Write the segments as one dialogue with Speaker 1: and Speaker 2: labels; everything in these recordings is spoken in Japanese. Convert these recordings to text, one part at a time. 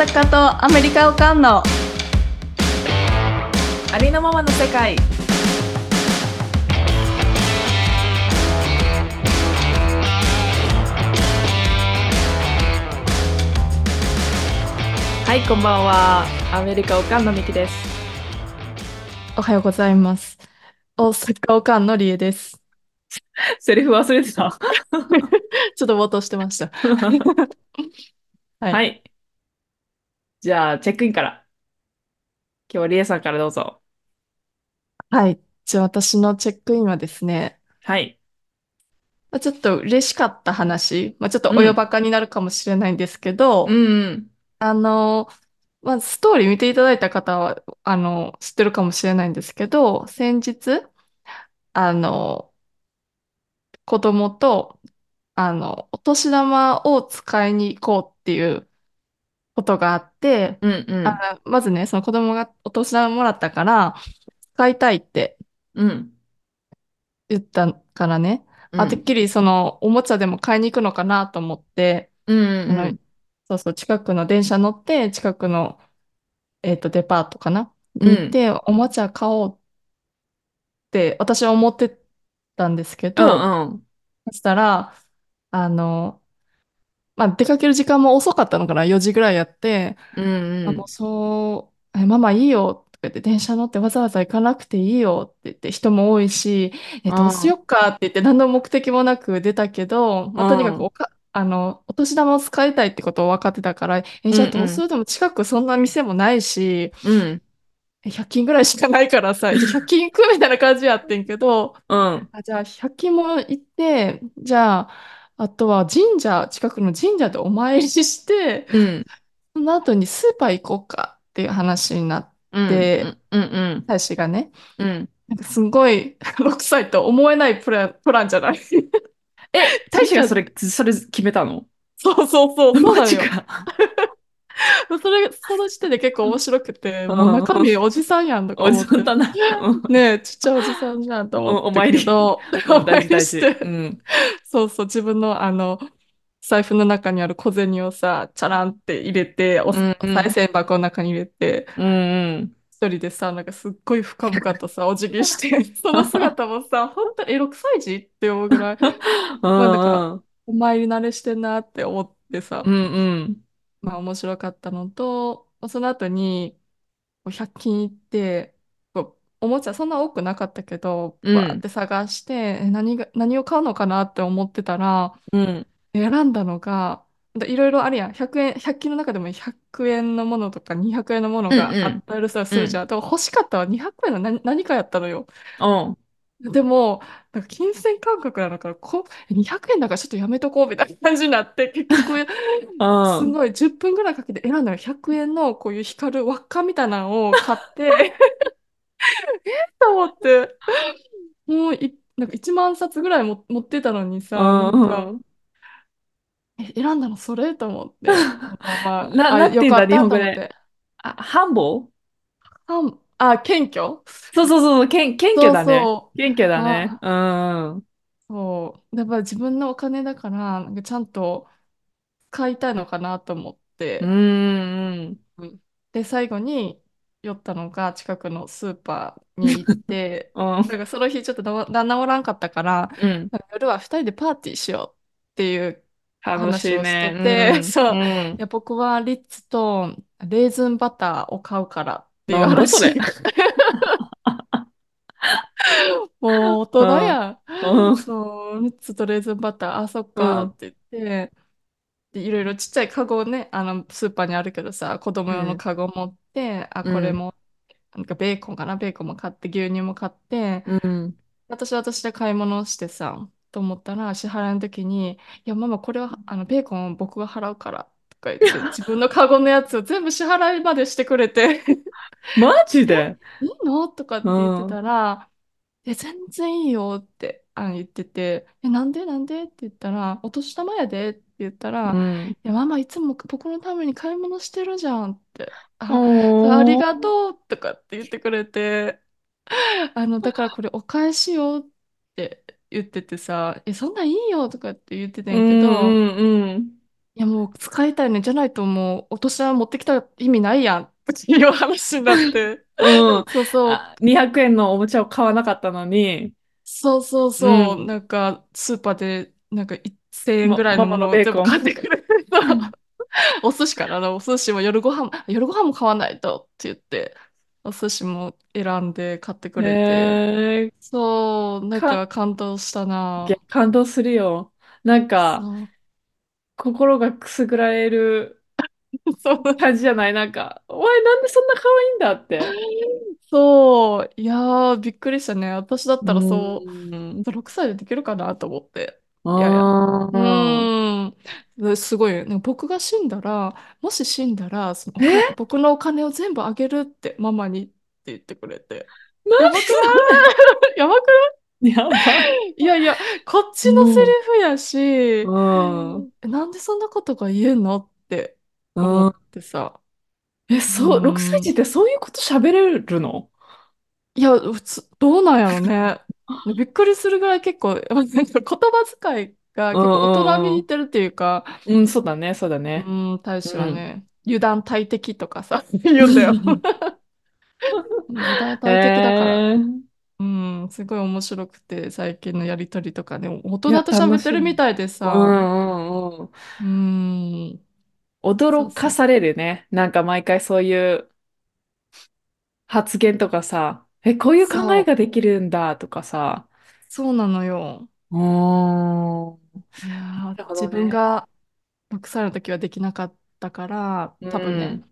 Speaker 1: 阪とアメリカをかんの
Speaker 2: ありのままの世界はいこんばんはアメリカおかんのみきです
Speaker 1: おはようございます大阪おかんのりえです
Speaker 2: セリフ忘れてたは
Speaker 1: ちょっと応答してました はい
Speaker 2: い、じゃあチェックインから今日はりえさんからどうぞ
Speaker 1: はいじゃあ私のチェックインはですね
Speaker 2: はい
Speaker 1: まあちょっと嬉しかった話、まあ、ちょっとおよばかになるかもしれないんですけど、
Speaker 2: うん
Speaker 1: あの、まあ、ストーリー見ていただいた方は、あの、知ってるかもしれないんですけど、先日、あの、子供と、あの、お年玉を使いに行こうっていうことがあって、
Speaker 2: うんうん
Speaker 1: あまずね、その子供がお年玉もらったから、使いたいって
Speaker 2: うん
Speaker 1: 言ったからね、あ、てっきりその、おもちゃでも買いに行くのかなと思って、
Speaker 2: うん
Speaker 1: あのそうそう、近くの電車乗って、近くの、えっと、デパートかな
Speaker 2: うん
Speaker 1: に行って、おもちゃ買おうって、私は思ってたんですけ
Speaker 2: うんう
Speaker 1: ど、
Speaker 2: んうん
Speaker 1: そしたら、あの、まあ、出かける時間も遅かったのかな ?4 時ぐらいやって、
Speaker 2: うんう
Speaker 1: あ、
Speaker 2: ん
Speaker 1: もうそう、え、ママいいよとか言って、電車乗ってわざわざ行かなくていいよって言って、人も多いし、え、
Speaker 2: うん
Speaker 1: どうしよっかって言って、何の目的もなく出たけど、まあ、とにか
Speaker 2: うん
Speaker 1: くおか、あの、お年玉を使いたいってことを分かってたから、え、じゃあ
Speaker 2: うんうん
Speaker 1: どうするでも近くそんな店もないし、
Speaker 2: うん
Speaker 1: え100均ぐらいしかないから さ、じゃあ100均行くみたいな感じやってんけど、
Speaker 2: うん
Speaker 1: あ、じゃあ100均も行って、じゃあ、あとは神社、近くの神社でお参りして、
Speaker 2: うん
Speaker 1: その後にスーパー行こうかっていう話になって、
Speaker 2: うん
Speaker 1: で
Speaker 2: うんうん
Speaker 1: 大使がね、
Speaker 2: うんうん
Speaker 1: なんかすごい6歳と思えないプラン、プランじゃない
Speaker 2: 大使がそれそれ決めたの
Speaker 1: そうそうそう、そうな
Speaker 2: マ
Speaker 1: の
Speaker 2: ジ
Speaker 1: よ。
Speaker 2: か
Speaker 1: それ、その時点で結構面白くて、
Speaker 2: うん
Speaker 1: もう中身おじさんやんとか
Speaker 2: お
Speaker 1: 思
Speaker 2: じ
Speaker 1: っ
Speaker 2: さん
Speaker 1: て。
Speaker 2: だ なうん
Speaker 1: ねえ、ちっちゃいおじさんじゃんと思ったけど、
Speaker 2: 大事
Speaker 1: お参
Speaker 2: 大
Speaker 1: り
Speaker 2: 事
Speaker 1: して、
Speaker 2: うん
Speaker 1: そうそう、自分のあの、財布の中にある小銭をさ、チャランって入れて、お、お
Speaker 2: うんうん
Speaker 1: 賽銭箱の中に入れて、
Speaker 2: うんうん
Speaker 1: 一人でさ、なんかすっごい深々とさ、お辞儀 して、その姿もさ、本当え、6歳児って思うぐらい、なんだかお参り慣れしてんなって思ってさ、
Speaker 2: うんうん
Speaker 1: まあ面白かったのと、その後に、こう100均行って、こうおもちゃそんな多くなかったけど、
Speaker 2: うん
Speaker 1: わーって探して、え何が、何を買うのかなって思ってたら、
Speaker 2: うん
Speaker 1: 選んだのが、でいろいろあるやん。100円、100均の中でも100円のものとか200円のものが
Speaker 2: うんうん
Speaker 1: あったりするじゃん。でも欲しかったは200円の何、何かやったのよ。
Speaker 2: うん
Speaker 1: でも、なんか金銭感覚なのかな、こう、200円だからちょっとやめとこうみたいな感じになって、結局、
Speaker 2: うん
Speaker 1: すごい10分ぐらいかけて選んだら100円のこういう光る輪っかみたいなのを買 って、えと思って、もうい、なんか1万冊ぐらいも持ってたのにさ、
Speaker 2: うん
Speaker 1: なんか、え、選んだのそれと 思って、まあま
Speaker 2: な
Speaker 1: あ、あ、
Speaker 2: なんて言うんだ
Speaker 1: よかった
Speaker 2: 日本語
Speaker 1: と
Speaker 2: で
Speaker 1: 思って。
Speaker 2: あハンボ
Speaker 1: あん、あ、謙虚
Speaker 2: そうそうそう謙謙虚だね
Speaker 1: そうそう。
Speaker 2: 謙虚だねうん
Speaker 1: そう、やっぱり自分のお金だから、なんかちゃんと使いたいのかなと思って、
Speaker 2: うん
Speaker 1: で、最後に寄ったのが近くのスーパーに行って、
Speaker 2: うん
Speaker 1: なんかその日ちょっとな旦那おらんかったから、
Speaker 2: うん
Speaker 1: なんか夜は2人でパーティーしようっていう、
Speaker 2: 楽しいね
Speaker 1: 話をしてて
Speaker 2: ん
Speaker 1: そうんいや、僕はリッツとレーズンバターを買うからっていう
Speaker 2: なんだそれ
Speaker 1: 話。 もう大人や
Speaker 2: う
Speaker 1: ん。
Speaker 2: ん
Speaker 1: そう、リッツとレーズンバター、あ、そっかって言って、で、いろいろちっちゃいカゴをね、あの、スーパーにあるけどさ、子供用のカゴ持って、あ、
Speaker 2: うん
Speaker 1: これも、なんかベーコンかな、ベーコンも買って、牛乳も買って、
Speaker 2: うん
Speaker 1: 私は私で買い物をしてさ、と思ったら、支払いの時に、いや、ママ、これは、あの、ベーコンを僕が払うから、とか言って、自分のカゴのやつを全部支払いまでしてくれて、
Speaker 2: マジで
Speaker 1: いいのとかって言ってたら、え、全然いいよってあの言ってて、え、なんでなんでって言ったら、お年玉やでって言ったら、い
Speaker 2: ん。
Speaker 1: や、ママいつも僕のために買い物してるじゃんって、あ、
Speaker 2: あ
Speaker 1: ありがとうとかって言ってくれて、あの、だからこれお返しよって言っててさ、え、そんなんいいよとかって言ってたんやけど、
Speaker 2: うんうん。
Speaker 1: いや、もう使いたいね。じゃないともう、お年玉持ってきた意味ないやん。っていう話になって。
Speaker 2: うん。
Speaker 1: そうそう。
Speaker 2: あ、200円のおもちゃを買わなかったのに、
Speaker 1: そうそう
Speaker 2: う
Speaker 1: そう。
Speaker 2: ん。
Speaker 1: なんか、スーパーで、なんか1000円ぐ
Speaker 2: ま、
Speaker 1: らいの
Speaker 2: ママ
Speaker 1: も
Speaker 2: の
Speaker 1: のを
Speaker 2: ベー
Speaker 1: 全部
Speaker 2: コ
Speaker 1: 買っ
Speaker 2: ン。
Speaker 1: てくる。お寿司かな。お寿司も夜ご飯、夜ご飯も買わないとって言って、お寿司も選んで買ってくれて。
Speaker 2: へえ、
Speaker 1: そう、なん
Speaker 2: か、
Speaker 1: か感動した
Speaker 2: いや
Speaker 1: な。
Speaker 2: 感動するよ。なんか、
Speaker 1: そう。
Speaker 2: 心がくすぐられる
Speaker 1: そう。
Speaker 2: 感じじゃないなんか、お前なんでそんな可愛いんだって。
Speaker 1: そう。いやー、びっくりしたね。私だっ
Speaker 2: う
Speaker 1: たらそう
Speaker 2: ーん。
Speaker 1: う、6歳でできるかなと思って。いやいや。う
Speaker 2: ああ。
Speaker 1: ーん。すごいよね。僕が死んだら、もし死んだら、そのお金、
Speaker 2: え
Speaker 1: 僕のお金を全部あげるってママにって言ってくれて。
Speaker 2: 何
Speaker 1: やばくないやばく
Speaker 2: それやば。
Speaker 1: ないいやいや、こっち
Speaker 2: う
Speaker 1: のセ
Speaker 2: ん。
Speaker 1: リフやし、
Speaker 2: うん。
Speaker 1: なんでそんなことが言えんのって
Speaker 2: う
Speaker 1: 思っ
Speaker 2: ん。
Speaker 1: てさ。
Speaker 2: え、
Speaker 1: う
Speaker 2: そう、6歳
Speaker 1: ー
Speaker 2: 児っ
Speaker 1: ん。
Speaker 2: てそういうこと喋れるの
Speaker 1: いや、普通、どうなんやろね。 びっくりするぐらい結構、なんか言葉遣いが
Speaker 2: う
Speaker 1: 結構大
Speaker 2: ん
Speaker 1: 人に
Speaker 2: うんう
Speaker 1: 似
Speaker 2: ん。
Speaker 1: てるっていうか、
Speaker 2: うん、そうだね、そうだ
Speaker 1: う
Speaker 2: ね。
Speaker 1: ーん、大使
Speaker 2: う
Speaker 1: は
Speaker 2: ん。
Speaker 1: ね、油断大敵とか さ、言うんだよ。油断
Speaker 2: へ
Speaker 1: 大敵だから、
Speaker 2: え。
Speaker 1: うん、すごい面白くて、最近のやりとりとかね、大
Speaker 2: いや、
Speaker 1: 人と喋
Speaker 2: 楽
Speaker 1: って
Speaker 2: し
Speaker 1: るみ
Speaker 2: み。
Speaker 1: たいで
Speaker 2: うん
Speaker 1: さ、
Speaker 2: うんうん。
Speaker 1: うーん、そう
Speaker 2: 驚か
Speaker 1: そう。
Speaker 2: されるね。なんか毎回そういう発言とかさ、え、こういう考え
Speaker 1: そう、
Speaker 2: ができるんだとかさ。
Speaker 1: そうなのよ。
Speaker 2: うーん。ない
Speaker 1: やー、
Speaker 2: るほ
Speaker 1: 自
Speaker 2: ど
Speaker 1: 分
Speaker 2: ね。
Speaker 1: が6歳の時はできなかったから、
Speaker 2: う
Speaker 1: 多分ね、
Speaker 2: ん。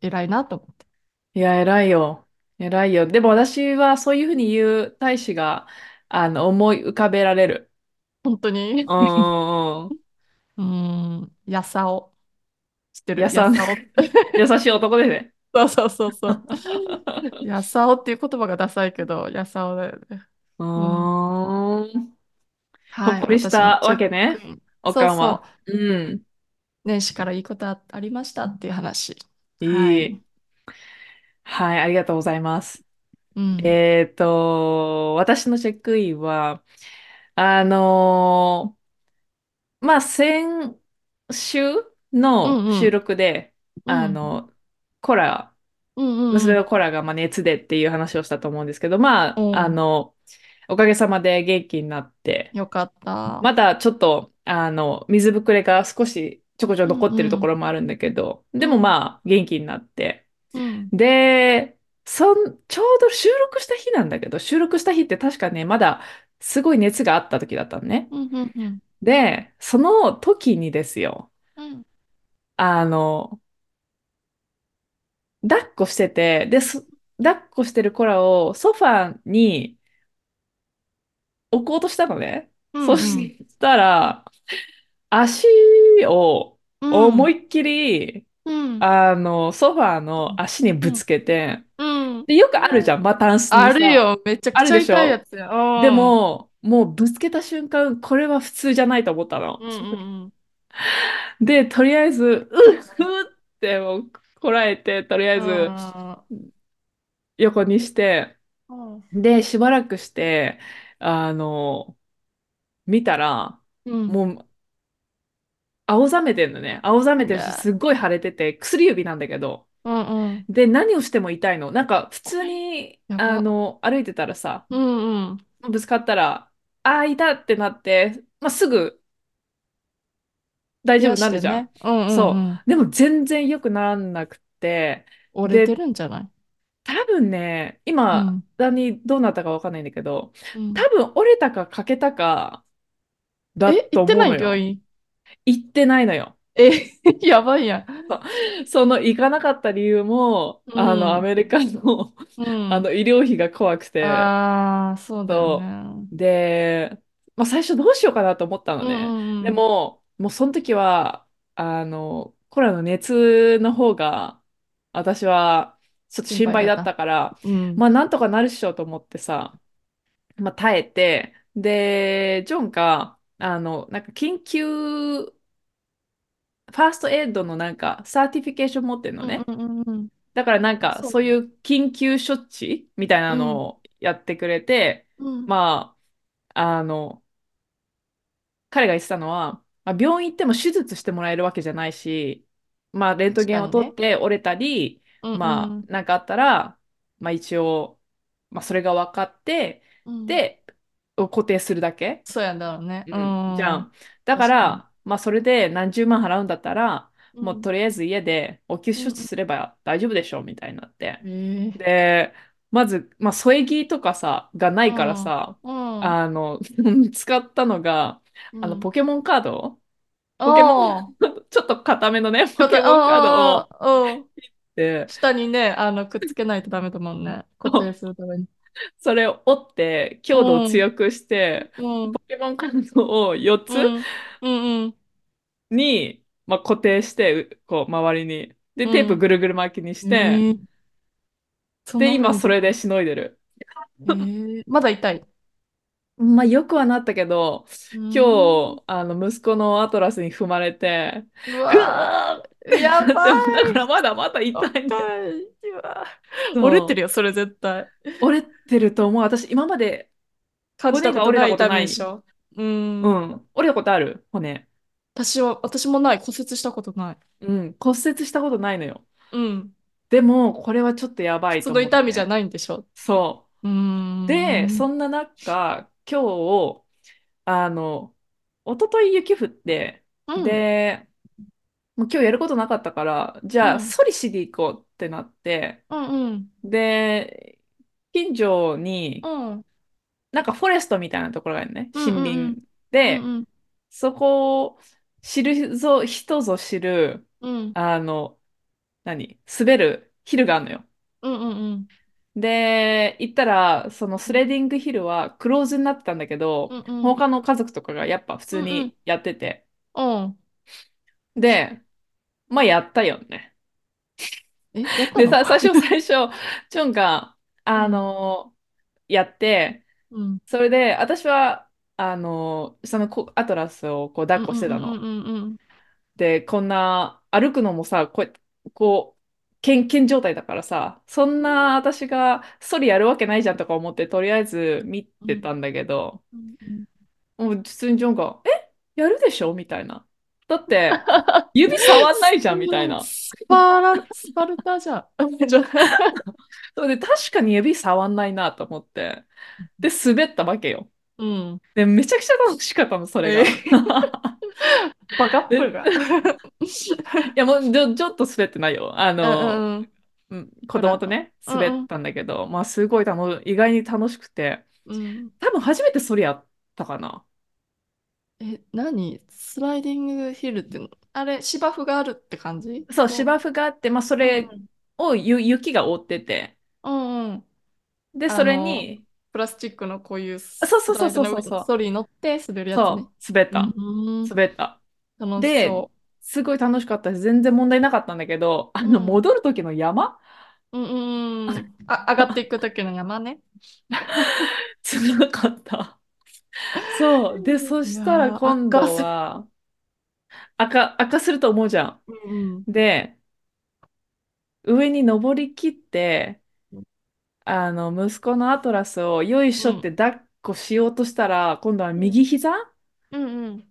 Speaker 1: 偉いなと思って。
Speaker 2: いや、偉いよ。偉いよ。でも私はそういうふうに言う大使が、あの、思い浮かべられる。
Speaker 1: 本当に。
Speaker 2: うんうんうん。
Speaker 1: うーん、やさお。知って
Speaker 2: や
Speaker 1: るや
Speaker 2: さん、
Speaker 1: さおって。
Speaker 2: 優しい男ですね。
Speaker 1: そう そうそうそう。やさおっていう言葉がダサいけど、やさおだよね。
Speaker 2: う
Speaker 1: うん。
Speaker 2: ーん。ほっ
Speaker 1: はい、
Speaker 2: こりし
Speaker 1: 私の
Speaker 2: たわ
Speaker 1: チェッ
Speaker 2: けね。
Speaker 1: クイン。
Speaker 2: お
Speaker 1: そう
Speaker 2: かん
Speaker 1: そ
Speaker 2: は。うん。
Speaker 1: う。年始からいいことあ、ありましたっていう話。はいい。
Speaker 2: い。はい、ありがとうございます。
Speaker 1: うん。
Speaker 2: えっと、私のチェックインは、あのーまあ、先週
Speaker 1: う
Speaker 2: の
Speaker 1: んう
Speaker 2: 収
Speaker 1: ん。
Speaker 2: 録で、
Speaker 1: う
Speaker 2: あ
Speaker 1: ん。
Speaker 2: の、コラ、
Speaker 1: うんうんう
Speaker 2: 娘の
Speaker 1: ん。
Speaker 2: コラがまあ熱でっていう話をしたと思うんですけど、まあ、あ
Speaker 1: おう、
Speaker 2: の、おかげさまで元気になって、
Speaker 1: よかった。
Speaker 2: まだちょっと、あの、水ぶくれが少しちょこちょこ
Speaker 1: うん
Speaker 2: 残ってると
Speaker 1: う
Speaker 2: こ
Speaker 1: ん。
Speaker 2: ろもあるんだけど、
Speaker 1: う
Speaker 2: でも
Speaker 1: ん
Speaker 2: まあ、元気になって。
Speaker 1: うん。
Speaker 2: で、そん、ちょうど収録した日なんだけど、収録した日って確かね、まだすごい熱があった時だったのね。
Speaker 1: うんうんうん。
Speaker 2: で、その時にですよ、
Speaker 1: うん
Speaker 2: あの、抱っこしてて、で、そ抱っこしてる子らをソファーに置こうとしたのね。
Speaker 1: う
Speaker 2: そ
Speaker 1: ん
Speaker 2: したら、足を
Speaker 1: う
Speaker 2: 思
Speaker 1: ん。
Speaker 2: いっきり、
Speaker 1: うん
Speaker 2: あの、ソファーの足に
Speaker 1: う
Speaker 2: ぶ
Speaker 1: ん
Speaker 2: つけて、
Speaker 1: うん。
Speaker 2: で、よくある
Speaker 1: う
Speaker 2: じ
Speaker 1: ん
Speaker 2: ゃん、まあ、タンスに
Speaker 1: ある
Speaker 2: さ、
Speaker 1: よ。めちゃく
Speaker 2: ある
Speaker 1: ちゃ
Speaker 2: でし
Speaker 1: 痛いや
Speaker 2: ょ
Speaker 1: つや。
Speaker 2: で
Speaker 1: うん。
Speaker 2: も、もうぶつけた瞬間、これは普通じゃないと思ったの。
Speaker 1: うんうんうん。
Speaker 2: で、とりあえず、うっ、うっってもうこらえて、とりあえ
Speaker 1: う
Speaker 2: ず
Speaker 1: ん。
Speaker 2: 横にして、
Speaker 1: うん。
Speaker 2: で、しばらくして、あの、見たら、
Speaker 1: うん。
Speaker 2: もう、青ざめてんのね。青ざめ
Speaker 1: い
Speaker 2: てるし、
Speaker 1: や。
Speaker 2: すっごい腫れてて、薬指なんだけど。
Speaker 1: うんうん。
Speaker 2: で、何をしても痛いの。なんか、普通に、
Speaker 1: や
Speaker 2: あ
Speaker 1: ば。
Speaker 2: の、歩いてたらさ、
Speaker 1: うんうん。
Speaker 2: ぶつかったら、ああ、痛ってなって、まあ、すぐ大丈夫
Speaker 1: 冷や
Speaker 2: になる
Speaker 1: して
Speaker 2: じゃん。
Speaker 1: ね。うんうん
Speaker 2: そうう。
Speaker 1: ん。
Speaker 2: でも、全然良くならなくて、
Speaker 1: 折れて
Speaker 2: で、
Speaker 1: るんじゃない
Speaker 2: 多分ね、
Speaker 1: う
Speaker 2: 今、
Speaker 1: ん。
Speaker 2: だにどうなったかわかんないんだけど、
Speaker 1: う
Speaker 2: 多
Speaker 1: ん。
Speaker 2: 分折れたか欠けたかだ
Speaker 1: え、
Speaker 2: と
Speaker 1: 行って
Speaker 2: 思う
Speaker 1: な
Speaker 2: の
Speaker 1: い病
Speaker 2: よ。
Speaker 1: 院。
Speaker 2: 行ってないのよ。
Speaker 1: え、やばいやん。
Speaker 2: その行かなかった理由も、
Speaker 1: う
Speaker 2: あの、ア
Speaker 1: ん。
Speaker 2: メリカの
Speaker 1: う
Speaker 2: あ
Speaker 1: ん。
Speaker 2: の、医療費が怖くて、
Speaker 1: ああ、そうだよね。
Speaker 2: そうう。で、まあ、最初どうしようかなと思ったの
Speaker 1: んう
Speaker 2: ね。
Speaker 1: んう
Speaker 2: で
Speaker 1: ん。
Speaker 2: も、もうその時は、あの、コロナの熱の方が、私はちょっと
Speaker 1: 心
Speaker 2: 心配
Speaker 1: 配だっ
Speaker 2: だった
Speaker 1: た。
Speaker 2: から、
Speaker 1: うん。
Speaker 2: まあ、なんとかなるっしょと思ってさ、まあ、耐えて、で、ジョンが、あの、なんか緊急、ファーストエイドのなんか、サーティフィケーション持ってるの
Speaker 1: うん
Speaker 2: ね。
Speaker 1: うんうんうん。
Speaker 2: だからなん
Speaker 1: あ、
Speaker 2: か、
Speaker 1: そう
Speaker 2: そう
Speaker 1: ないの。
Speaker 2: う緊急処置みたいな
Speaker 1: うん。
Speaker 2: のをやってくれて、
Speaker 1: うん。
Speaker 2: まあ、あの、彼が言ってたのは、まあ、病院行っても手術してもらえるわけじゃないし、まあ、レント
Speaker 1: 確
Speaker 2: ゲ
Speaker 1: か
Speaker 2: ンを
Speaker 1: に
Speaker 2: 取っ
Speaker 1: ね。
Speaker 2: て折れたり、
Speaker 1: うん
Speaker 2: ま
Speaker 1: う
Speaker 2: あ、
Speaker 1: ん。
Speaker 2: なんかあったら、まあ、一応、まあ、それが分かって、
Speaker 1: うん。
Speaker 2: で、固定するだけ。
Speaker 1: そうやんだろうね。
Speaker 2: う、
Speaker 1: うん
Speaker 2: じゃ
Speaker 1: ん。
Speaker 2: ん。だか
Speaker 1: 確かに。
Speaker 2: ら、まあ、それで何十万払うんだったら、
Speaker 1: う。
Speaker 2: もうんとりあえず家で応急
Speaker 1: う
Speaker 2: 処
Speaker 1: ん
Speaker 2: 置すれば大丈夫でしょみたいになって。
Speaker 1: うん。ええ
Speaker 2: で、まず、まあ、添え木とかさ、がな
Speaker 1: う
Speaker 2: いから
Speaker 1: ん。
Speaker 2: さ、
Speaker 1: うん。
Speaker 2: あの、 使ったのが、
Speaker 1: う
Speaker 2: あの、ポ
Speaker 1: ん。
Speaker 2: ケモンカード ポケモン、
Speaker 1: おー。
Speaker 2: ちょっと固めのね、
Speaker 1: ちょ
Speaker 2: ポ
Speaker 1: っと、
Speaker 2: ケモンカード
Speaker 1: あ
Speaker 2: を、
Speaker 1: あ、うん。
Speaker 2: で、
Speaker 1: 下にね、あの、くっつけないとダメだも んね。固定するために。
Speaker 2: それを折って、
Speaker 1: う
Speaker 2: 強度を
Speaker 1: ん。
Speaker 2: 強くして、
Speaker 1: う
Speaker 2: ポ
Speaker 1: ん。
Speaker 2: ケモンカードを4
Speaker 1: う
Speaker 2: つ、
Speaker 1: ん。うんうん。
Speaker 2: に、まあ、固定して、うこう、周りに。で、
Speaker 1: う
Speaker 2: テープ
Speaker 1: ん。
Speaker 2: ぐるぐる巻きにして、
Speaker 1: ええそん
Speaker 2: で、
Speaker 1: な風
Speaker 2: 今
Speaker 1: に
Speaker 2: それ
Speaker 1: でき
Speaker 2: でしのいでる。
Speaker 1: ええまだ痛い。
Speaker 2: まあ、よくはなったけど、
Speaker 1: うーん。
Speaker 2: 今日、あの、息子のアトラスに踏まれ て、
Speaker 1: う
Speaker 2: う
Speaker 1: わ
Speaker 2: わ
Speaker 1: ー、
Speaker 2: ーって
Speaker 1: や
Speaker 2: なっ
Speaker 1: ば
Speaker 2: て、だか
Speaker 1: い。
Speaker 2: らまだまだ痛いんだよ。
Speaker 1: 痛い。うわー折れて
Speaker 2: そ
Speaker 1: るよ、それ絶対。
Speaker 2: う。折れてると思う。私、今まで
Speaker 1: 感じ
Speaker 2: 骨
Speaker 1: たこ
Speaker 2: が
Speaker 1: と
Speaker 2: 折れ
Speaker 1: な
Speaker 2: た
Speaker 1: い
Speaker 2: こと
Speaker 1: 痛
Speaker 2: な
Speaker 1: みで
Speaker 2: い。
Speaker 1: しょ。う。
Speaker 2: うんん。折れたことある骨。
Speaker 1: 私は、私もない。骨折したことない。
Speaker 2: うん。骨折したことないのよ。
Speaker 1: うん。
Speaker 2: でも、これはちょっとやば
Speaker 1: 普
Speaker 2: い
Speaker 1: 通
Speaker 2: と
Speaker 1: の
Speaker 2: 思っ
Speaker 1: 痛みじゃ
Speaker 2: て。
Speaker 1: ないんでしょ。
Speaker 2: そう。
Speaker 1: うー
Speaker 2: で、
Speaker 1: ん。
Speaker 2: そんな中、今日、あの、一昨日雪降って、
Speaker 1: うん。
Speaker 2: で、もう今日やることなかったから、じ
Speaker 1: う
Speaker 2: ゃあ、
Speaker 1: ん。
Speaker 2: ソリしに行こうってなって、
Speaker 1: うんうん。
Speaker 2: で、近所
Speaker 1: う
Speaker 2: に、
Speaker 1: ん。
Speaker 2: なんかフォレストみたいなところがあるね、
Speaker 1: うん
Speaker 2: 森
Speaker 1: うんうん。
Speaker 2: 林
Speaker 1: う
Speaker 2: で、
Speaker 1: んうん。
Speaker 2: そこを知るぞ、人ぞ知る、
Speaker 1: うん
Speaker 2: あの、何、滑るヒルがあるのよ。
Speaker 1: うんうん
Speaker 2: で、行ったら、その
Speaker 1: う
Speaker 2: スレ
Speaker 1: ん。
Speaker 2: ディングヒルはクローズになってたんだけ
Speaker 1: う
Speaker 2: ど、
Speaker 1: んうん。
Speaker 2: 他の家族とかがやっぱ普
Speaker 1: う
Speaker 2: 通
Speaker 1: んうん。
Speaker 2: にやってて。
Speaker 1: うん。
Speaker 2: で、まあやったよね。
Speaker 1: え、やった
Speaker 2: で、
Speaker 1: の
Speaker 2: さ、最初最初、チョンが、
Speaker 1: う
Speaker 2: あ
Speaker 1: ん。
Speaker 2: のやって、
Speaker 1: うん。
Speaker 2: それで、私は、あのそのこアトラスをこう
Speaker 1: う
Speaker 2: 抱っ
Speaker 1: ん
Speaker 2: こ
Speaker 1: う
Speaker 2: して
Speaker 1: ん
Speaker 2: た
Speaker 1: うん
Speaker 2: の。
Speaker 1: うんうん。
Speaker 2: で、こんな、歩くのもさ、こうやって、こう、けんけん状態だからさ、そんな私が、ソリやるわけないじゃんとか思って、とりあえず見
Speaker 1: う
Speaker 2: て
Speaker 1: ん
Speaker 2: たんだけど、
Speaker 1: うんうん。
Speaker 2: もう普通にジョンが、え、やるでしょみたいな。だって、 指触んないじゃんみたい
Speaker 1: もう
Speaker 2: な。
Speaker 1: スパラ、スパルタ じゃん。じゃ
Speaker 2: それで、確かに指触んないなと思って。で、滑ったわけよ。
Speaker 1: うん。
Speaker 2: で、めちゃくちゃ楽しかったの、それ
Speaker 1: え
Speaker 2: が。
Speaker 1: ー、バカっぷ
Speaker 2: で、
Speaker 1: が。
Speaker 2: いや、もう、ちょ、ちょっと滑ってないよ。あ
Speaker 1: う
Speaker 2: の、
Speaker 1: んう
Speaker 2: う
Speaker 1: ん。
Speaker 2: ん、子
Speaker 1: ほら
Speaker 2: 供
Speaker 1: の。
Speaker 2: とね、
Speaker 1: う
Speaker 2: 滑っ
Speaker 1: ん
Speaker 2: たんだけど、まあ、すごい楽、意外に楽しくて、
Speaker 1: うん。うん。
Speaker 2: 多分初めてそれやったかな。
Speaker 1: え、何スライディングヒルっての、あれ、芝生があるって感じ
Speaker 2: そう、
Speaker 1: の。
Speaker 2: 芝生があって、まあ、そ
Speaker 1: うんう
Speaker 2: れ
Speaker 1: ん。
Speaker 2: をゆ雪が覆ってて、
Speaker 1: うんうん。
Speaker 2: で、
Speaker 1: あ
Speaker 2: それ
Speaker 1: の、
Speaker 2: に、
Speaker 1: プラスチックのこういう
Speaker 2: あそう
Speaker 1: ス
Speaker 2: そうそ
Speaker 1: ラ
Speaker 2: う
Speaker 1: イド
Speaker 2: そうそうそ
Speaker 1: の上にソリに乗って滑
Speaker 2: う、
Speaker 1: るやつね。
Speaker 2: そう滑っ
Speaker 1: う
Speaker 2: た。
Speaker 1: ん。
Speaker 2: 滑った。
Speaker 1: 楽し
Speaker 2: で、
Speaker 1: そ
Speaker 2: すごい楽しかったし、全然問題なかったんだけど、あ
Speaker 1: う。
Speaker 2: の、
Speaker 1: うん。
Speaker 2: 戻る時の山
Speaker 1: うんうんうん。あ、上がっていく時の山ね。
Speaker 2: つらかった。そう。で、そ
Speaker 1: いや
Speaker 2: したら
Speaker 1: ー、悪
Speaker 2: 今
Speaker 1: 化
Speaker 2: 度
Speaker 1: する。
Speaker 2: は、悪化、悪化すると思うじゃん。
Speaker 1: うん
Speaker 2: で、上に登りきって、
Speaker 1: うん。
Speaker 2: あの、息子のアトラスをよいし
Speaker 1: う
Speaker 2: ょっ
Speaker 1: ん。
Speaker 2: て抱っこしようとしたら、今度は
Speaker 1: うん。
Speaker 2: 右膝
Speaker 1: うんうん。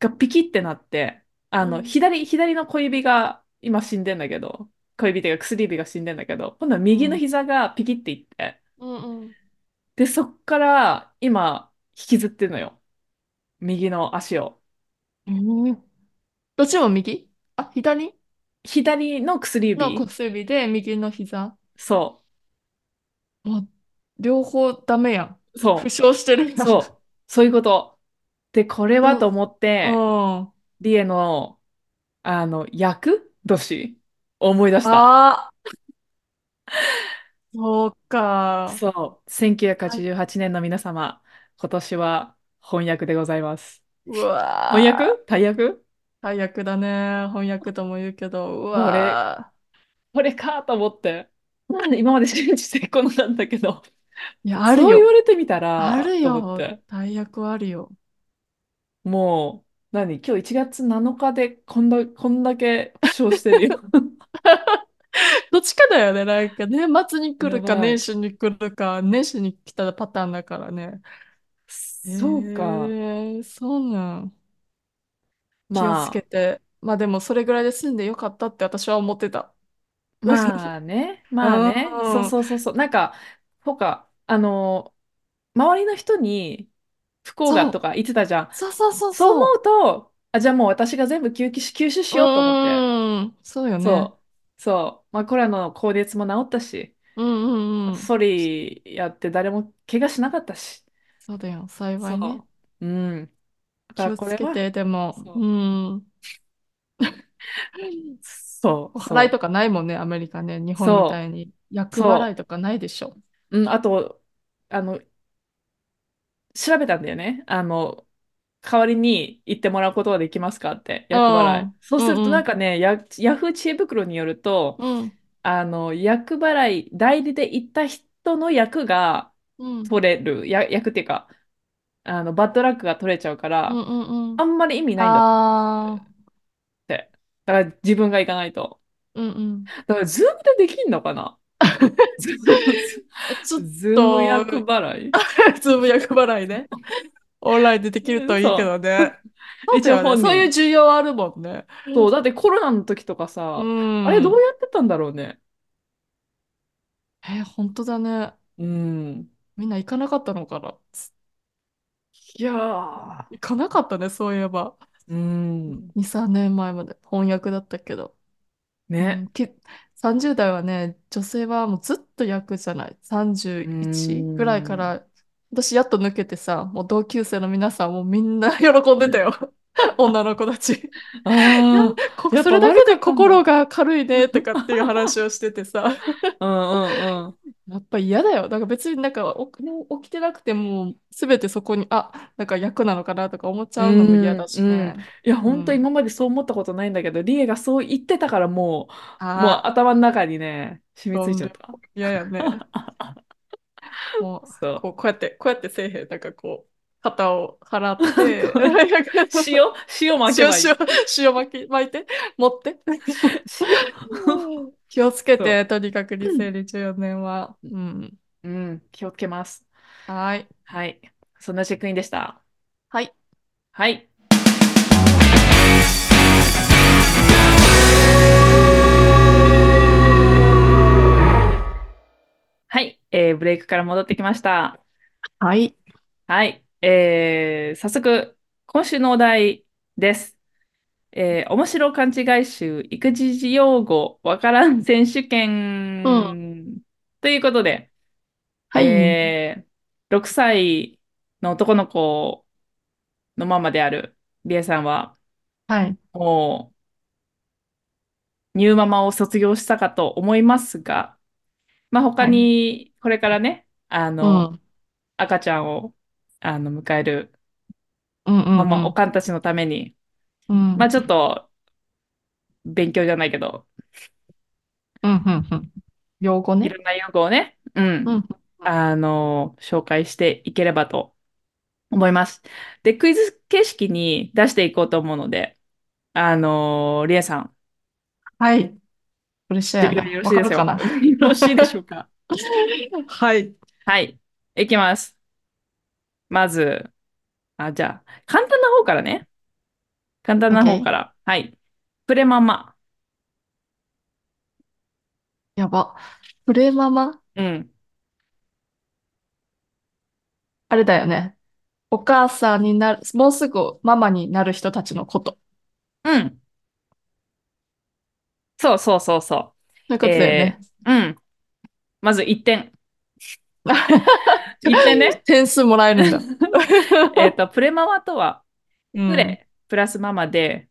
Speaker 2: がピキってなって、あ
Speaker 1: う
Speaker 2: の、
Speaker 1: ん。
Speaker 2: 左、左の小指が今死んでんだけど、小指っていうか薬指が死んでんだけど、今度は
Speaker 1: う
Speaker 2: 右の
Speaker 1: ん。
Speaker 2: 膝がピキっていって、
Speaker 1: うんうん。
Speaker 2: で、そっから今、引きずってんのよ。右の足を。
Speaker 1: うんどっちも右あ、左
Speaker 2: 左の薬
Speaker 1: の小
Speaker 2: 指。
Speaker 1: 指で右の膝。
Speaker 2: そ
Speaker 1: もう、両方ダメやん。
Speaker 2: う。
Speaker 1: 負
Speaker 2: そ
Speaker 1: 傷してる
Speaker 2: う。
Speaker 1: やん。
Speaker 2: そう。 そういうこと。で、これはと
Speaker 1: ど
Speaker 2: 思って、
Speaker 1: う、うん。
Speaker 2: リエの、あの、厄年を思い出した。
Speaker 1: ああ、そうか。
Speaker 2: そう。1988
Speaker 1: あ
Speaker 2: 年の皆様、今年は翻訳でございます。
Speaker 1: う
Speaker 2: 翻
Speaker 1: わ
Speaker 2: 訳
Speaker 1: ー。
Speaker 2: 大役
Speaker 1: 最悪だね。翻訳とも言うけど、う
Speaker 2: これ、
Speaker 1: わー。
Speaker 2: これかと思って、なんで今まで信じてこなかったけど、
Speaker 1: いや、ある
Speaker 2: そう言わ
Speaker 1: よ。
Speaker 2: れてみた
Speaker 1: あ
Speaker 2: ら、
Speaker 1: る
Speaker 2: と思っ
Speaker 1: よ。
Speaker 2: て、
Speaker 1: 大役はあるよ。
Speaker 2: もう、何、今日1月7日でこんだ、こんだけ負傷して るよ。
Speaker 1: どっちかだよね。なんか年末に来
Speaker 2: や
Speaker 1: るか
Speaker 2: ば
Speaker 1: 年
Speaker 2: い。
Speaker 1: 始に来るか、年始に来たパターンだからね。え
Speaker 2: そうか。
Speaker 1: ー、そうなん。気をつ
Speaker 2: ま
Speaker 1: けて。まあでもそれぐらいで済んでよかったって私は思ってた。う。
Speaker 2: まあね、まあね、そうんそうそうそう、なんか、ほか、あの、周りの人に不幸が
Speaker 1: そ
Speaker 2: と
Speaker 1: う。
Speaker 2: か言ってたじゃん。
Speaker 1: そうそうそう
Speaker 2: そう思
Speaker 1: そう
Speaker 2: と、あ、じゃあもう私が全部吸収、吸収
Speaker 1: う。
Speaker 2: しようと思って。
Speaker 1: うーん。そうよね。
Speaker 2: そう、そう、まあコロナの高熱も治ったし、
Speaker 1: うんうんうん。
Speaker 2: ストーリーやって誰も怪我しなかったし、
Speaker 1: そうだよ。幸いね。
Speaker 2: そう、うん。だか
Speaker 1: 気
Speaker 2: ら
Speaker 1: を
Speaker 2: こ
Speaker 1: つ
Speaker 2: れ
Speaker 1: け
Speaker 2: は、
Speaker 1: て、でも。
Speaker 2: そうう、
Speaker 1: ん。
Speaker 2: そう、
Speaker 1: お祓いと
Speaker 2: そ
Speaker 1: かないもんね、アメリカね。日
Speaker 2: う、
Speaker 1: 本みた
Speaker 2: そ、
Speaker 1: いうに。厄払い
Speaker 2: そ
Speaker 1: とかないでしょ。
Speaker 2: う、うん、あと、あの、調べたんだよね。あの、代わりに行ってもらうことはできますかって、
Speaker 1: う
Speaker 2: 厄払い。
Speaker 1: ん。
Speaker 2: そう
Speaker 1: う
Speaker 2: すると
Speaker 1: んう
Speaker 2: なん
Speaker 1: ん。
Speaker 2: かね、や、ヤフー知恵袋によると、
Speaker 1: うん。
Speaker 2: あの、厄払い、代理で行った人の役が
Speaker 1: うん。
Speaker 2: 取れる、や、役っていうか、あの、バッドラックが取れちゃうか
Speaker 1: うん
Speaker 2: ら、
Speaker 1: うんう
Speaker 2: あ
Speaker 1: ん。
Speaker 2: んまり意味ないんだっ
Speaker 1: ああ。
Speaker 2: て。だから自分が行かないと。
Speaker 1: うんうん。
Speaker 2: だから、ズームでできんのか なズ
Speaker 1: ちょっ
Speaker 2: ーム
Speaker 1: と、
Speaker 2: 厄払い
Speaker 1: つぶやく払 いね。オンラインでできる
Speaker 2: う
Speaker 1: と
Speaker 2: ん
Speaker 1: いいけ
Speaker 2: そ。
Speaker 1: どね。そううだ
Speaker 2: 一応
Speaker 1: よね。
Speaker 2: 本
Speaker 1: そういう
Speaker 2: 人。
Speaker 1: 需要あるもんね。
Speaker 2: そう、だってコロナの時とか
Speaker 1: う。
Speaker 2: さ、あれどうんやってたんだろうね。
Speaker 1: え、本当だね。
Speaker 2: うん。
Speaker 1: みんな行かなかったのかな。つ
Speaker 2: いやー。
Speaker 1: 行かなかったね、そういえば。
Speaker 2: うん。
Speaker 1: 2、3年前まで翻訳だったけど。う
Speaker 2: ね。
Speaker 1: ん、き、30代はね、女性はもうずっと役じゃない。
Speaker 2: う
Speaker 1: 31ぐらいか
Speaker 2: ん。
Speaker 1: ら、私やっと抜けてさ、もう同級生の皆さんもうみんな喜んで たよ。女の子たち。 なん
Speaker 2: あ
Speaker 1: こ、
Speaker 2: あ、やっ
Speaker 1: そ
Speaker 2: ぱ
Speaker 1: れだ
Speaker 2: 悪か
Speaker 1: けで
Speaker 2: ったんだ。
Speaker 1: 心が軽いうねとかっていう話
Speaker 2: ん
Speaker 1: をしてて さ。
Speaker 2: うんうん。
Speaker 1: やっぱ嫌だよ。なんか別になんかお起きてなくても、すべてそこに、あ、なんか役なのかなとか思っち
Speaker 2: う
Speaker 1: ゃうのも嫌
Speaker 2: ん
Speaker 1: だし
Speaker 2: うん。
Speaker 1: ね。
Speaker 2: いや、
Speaker 1: う
Speaker 2: 本当
Speaker 1: ん。
Speaker 2: 今までそう思ったことないんだけど、リエがそう言ってたからもう、もう
Speaker 1: ああ、
Speaker 2: 頭の中にね、染みつ
Speaker 1: そ
Speaker 2: い
Speaker 1: ん
Speaker 2: ちゃっ
Speaker 1: で
Speaker 2: た。
Speaker 1: も嫌や ね。もう、
Speaker 2: そう。
Speaker 1: こう、こうやって、こうやってせえへん。なんかこう、肩を払って、
Speaker 2: こうやって 塩、 塩巻け
Speaker 1: 塩、
Speaker 2: ばい
Speaker 1: 塩、
Speaker 2: い。
Speaker 1: 塩巻き、巻いて、持って。
Speaker 2: 塩。
Speaker 1: 気をつけ
Speaker 2: そ
Speaker 1: て、とにかく
Speaker 2: う。
Speaker 1: 2024年は。うん。
Speaker 2: うん、気をつけます。
Speaker 1: はーい。
Speaker 2: はい。そんなチェックインでした。
Speaker 1: はい。
Speaker 2: はい。はい。えー、ブレイクから戻ってきました。
Speaker 1: はい。
Speaker 2: はい。えー、早速、今週のお題です。えー、面白勘違い集、育児用語、わからん選手
Speaker 1: うん。
Speaker 2: 権。ということで、
Speaker 1: はい。
Speaker 2: えー、6歳の男の子のママであるリエさんは、
Speaker 1: はい。
Speaker 2: もう、ニューママを卒業したかと思いますが、まあ、他
Speaker 1: はい。
Speaker 2: に、これからね、あ
Speaker 1: う
Speaker 2: の、
Speaker 1: ん。
Speaker 2: 赤ちゃんを、あの、迎える、
Speaker 1: うんう
Speaker 2: マ
Speaker 1: んう
Speaker 2: マ、お
Speaker 1: ん。
Speaker 2: かんたちのために、
Speaker 1: うん。う
Speaker 2: まあ、
Speaker 1: ん
Speaker 2: ちょっと、勉強じゃないけど、
Speaker 1: うんうん。用語
Speaker 2: い
Speaker 1: ね。
Speaker 2: ろんな用語をね、う
Speaker 1: うん
Speaker 2: ん、
Speaker 1: うんうん。
Speaker 2: あの、紹介していければと思います。で、クイズ形式に出していこうと思うので、あの、リエさん、
Speaker 1: はい。プレッシャー
Speaker 2: 準
Speaker 1: や
Speaker 2: 備はよ
Speaker 1: な。
Speaker 2: ろし
Speaker 1: わ
Speaker 2: い
Speaker 1: か
Speaker 2: ですよ。よろ
Speaker 1: るかな
Speaker 2: しいでしょう か。
Speaker 1: はい。
Speaker 2: はい、いきます。まず、あ、じゃあ、簡単な方からね。簡単な方
Speaker 1: OK。
Speaker 2: から。はい。プレママ。
Speaker 1: やば。プレママ
Speaker 2: うん。
Speaker 1: あれだよね。お母さんになる、もうすぐママになる人たちのこと。
Speaker 2: うん。そうそうそうそ
Speaker 1: という
Speaker 2: う。
Speaker 1: ことだよ
Speaker 2: え
Speaker 1: ね。
Speaker 2: ー、うん。まず1点。1点ね。
Speaker 1: 点数もらえるんだ。
Speaker 2: えっと、プレママとは、
Speaker 1: う
Speaker 2: プ
Speaker 1: ん。
Speaker 2: レプラスママで、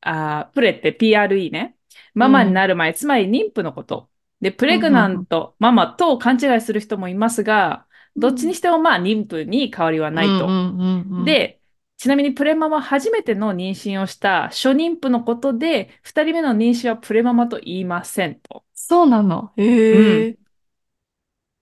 Speaker 2: あー、プレって PRE ね。
Speaker 1: う
Speaker 2: ママに
Speaker 1: ん。
Speaker 2: なる前、つまり妊婦のこと。で、プ
Speaker 1: う
Speaker 2: レ
Speaker 1: ん。
Speaker 2: グ
Speaker 1: う
Speaker 2: ナ
Speaker 1: ん。う
Speaker 2: ン
Speaker 1: ん。
Speaker 2: ト、ママと勘違いする人もいますが、
Speaker 1: う
Speaker 2: どっちに
Speaker 1: ん。
Speaker 2: してもまあ妊婦に変わりは
Speaker 1: う
Speaker 2: ない
Speaker 1: ん。う
Speaker 2: と。
Speaker 1: ん。うん。
Speaker 2: で、ちなみにプレママは初めての妊娠をした初妊婦のことで、二人目の妊娠はプレママと言いませんと。
Speaker 1: そうなの。
Speaker 2: うん、
Speaker 1: ええ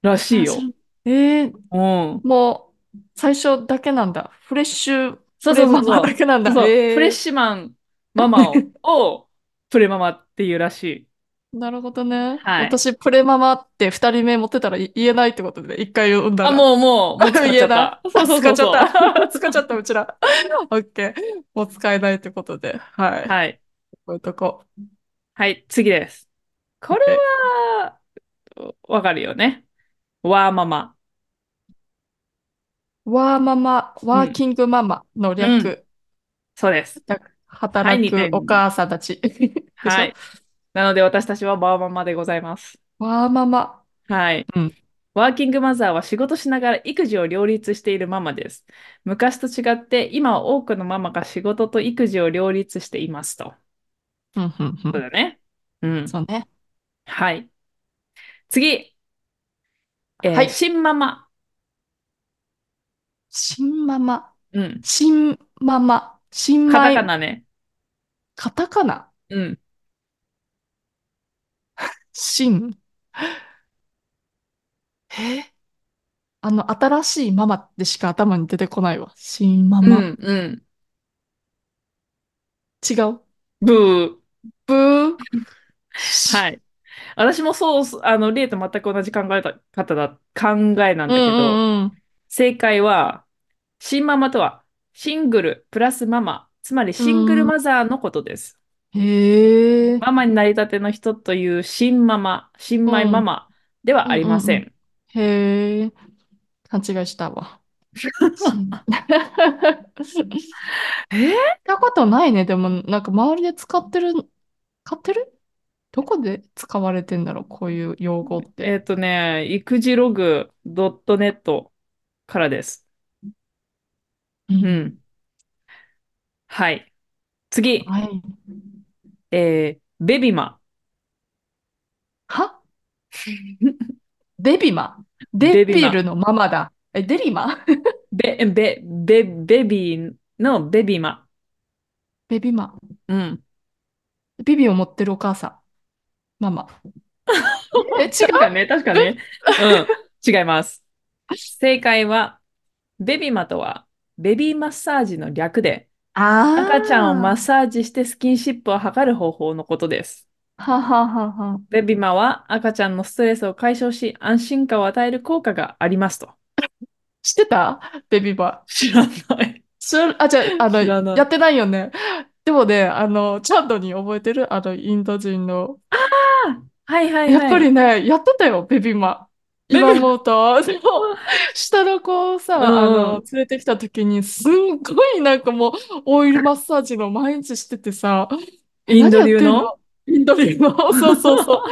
Speaker 2: らしい
Speaker 1: あ、そ
Speaker 2: よ。
Speaker 1: れ、ええ
Speaker 2: うん。
Speaker 1: もう、最初だけなんだ。フレッシュ、
Speaker 2: そうそ
Speaker 1: プレ
Speaker 2: うそ
Speaker 1: マ
Speaker 2: う
Speaker 1: マ
Speaker 2: そ
Speaker 1: だ
Speaker 2: う。
Speaker 1: けなん
Speaker 2: そうそ
Speaker 1: だ。
Speaker 2: う。フレッ
Speaker 1: ええ
Speaker 2: シュマンママを、をプレママっていうらしい。
Speaker 1: なるほどね。
Speaker 2: はい。
Speaker 1: 私、プレママって二人目持ってたら言えないってことで、一回読んだ
Speaker 2: あ、
Speaker 1: ら。
Speaker 2: もう、もう、もう使っち
Speaker 1: 言
Speaker 2: ゃ
Speaker 1: え
Speaker 2: っ
Speaker 1: な
Speaker 2: た。
Speaker 1: い。
Speaker 2: そう
Speaker 1: あ、
Speaker 2: そう
Speaker 1: 使
Speaker 2: そう
Speaker 1: っちゃっ
Speaker 2: そう。
Speaker 1: た。 使っちゃった、うちら。オッケー。もう使えないってことで。は い。
Speaker 2: はい。
Speaker 1: こういうとこ。
Speaker 2: はい、次です。こ
Speaker 1: オッ
Speaker 2: れ
Speaker 1: ケー。
Speaker 2: は、わかるよね。わーママ。
Speaker 1: ワーママ、
Speaker 2: う
Speaker 1: ワー
Speaker 2: ん。
Speaker 1: キングママの
Speaker 2: うん。
Speaker 1: 略。
Speaker 2: そうです。はい、
Speaker 1: 働
Speaker 2: 2
Speaker 1: く
Speaker 2: 点。
Speaker 1: お母さんたち。でし
Speaker 2: は
Speaker 1: ょ
Speaker 2: い。なので私たちはワーママでございます。
Speaker 1: ワーママ。
Speaker 2: はい。
Speaker 1: うん。
Speaker 2: ワーキングマザーは仕事しながら育児を両立しているママです。昔と違って、今は多くのママが仕事と育児を両立していますと。
Speaker 1: ふんふんふ。
Speaker 2: そうんだね。うん。
Speaker 1: そうね。
Speaker 2: はい。次。
Speaker 1: は
Speaker 2: えー
Speaker 1: い。
Speaker 2: 新ママ。
Speaker 1: 新ママ。
Speaker 2: うん。
Speaker 1: 新ママ。新
Speaker 2: カタカ
Speaker 1: 米。
Speaker 2: ナね。
Speaker 1: カタカナ。
Speaker 2: うん。
Speaker 1: 新。えあの、新しいママでしか頭に出てこないわ。新マ
Speaker 2: う
Speaker 1: マ。
Speaker 2: ん、うん。
Speaker 1: 違う。
Speaker 2: ブー。
Speaker 1: ブー。
Speaker 2: は
Speaker 1: し
Speaker 2: い。私もそう、あの、例と全く同じ考えた方だ、考えなん
Speaker 1: う
Speaker 2: だけど、
Speaker 1: んうんうん。
Speaker 2: 正解は、新ママとは、シングルプラスママ、つまり
Speaker 1: う
Speaker 2: シングル
Speaker 1: ん。
Speaker 2: マザーのことです。
Speaker 1: へえ。
Speaker 2: ママになりたての人という新ママ、新
Speaker 1: う
Speaker 2: 米マ
Speaker 1: ん。
Speaker 2: マでは
Speaker 1: う
Speaker 2: あ
Speaker 1: ん
Speaker 2: り
Speaker 1: う
Speaker 2: ま
Speaker 1: んう
Speaker 2: せ
Speaker 1: ん。
Speaker 2: ん。
Speaker 1: へえ。勘違いした わ。新。聞い
Speaker 2: えー
Speaker 1: たことないね。でも、なんか周りで使ってる、使ってるどこで使われてんだろう、こういう用語って。
Speaker 2: えっとね、育児ログ .net からです。う
Speaker 1: う。
Speaker 2: んん。はい。次、
Speaker 1: はい。
Speaker 2: えーベビマ。
Speaker 1: はデビマ。
Speaker 2: ベ
Speaker 1: デ
Speaker 2: ビ
Speaker 1: ビ
Speaker 2: マ。
Speaker 1: ルのママだ。え、デリマ
Speaker 2: べ、べ、べ、ベビーのベビマ。
Speaker 1: ベビマ。
Speaker 2: うん。
Speaker 1: ビビを持ってるお母さん。マ マ。え、違う
Speaker 2: 確かね、確かね。うん。違います。正解は、ベビマとは、ベビーマッサージの略で、赤ちゃんをマッ
Speaker 1: あ
Speaker 2: サージしてスキンシップを図る方法のことです。
Speaker 1: あー。はははは。
Speaker 2: ベビマは赤ちゃんのストレスを解消し、安心感を与える効果がありますと。
Speaker 1: 知ってたベビバ。
Speaker 2: 知らない。
Speaker 1: 知ら、あ、じゃあ、あの、
Speaker 2: 知らな
Speaker 1: や
Speaker 2: い。
Speaker 1: ってないよね。でもね、あの、チャンドに覚えてるあの、インド人の。
Speaker 2: あはいはい
Speaker 1: やっ
Speaker 2: は
Speaker 1: ぱり
Speaker 2: い。
Speaker 1: ね、やってたよ、ベビマ。
Speaker 2: ベビ
Speaker 1: 今思うと、で
Speaker 2: マ。
Speaker 1: も、下の子を
Speaker 2: う
Speaker 1: さ、あ
Speaker 2: んう
Speaker 1: の、
Speaker 2: ん。
Speaker 1: 連れてきた時に、すんごいなんかもう、オイルマッサージの毎日しててさ、え、
Speaker 2: イン
Speaker 1: 何
Speaker 2: ド
Speaker 1: やっ
Speaker 2: 流
Speaker 1: てん
Speaker 2: の
Speaker 1: のインド 人の。そうそうそう。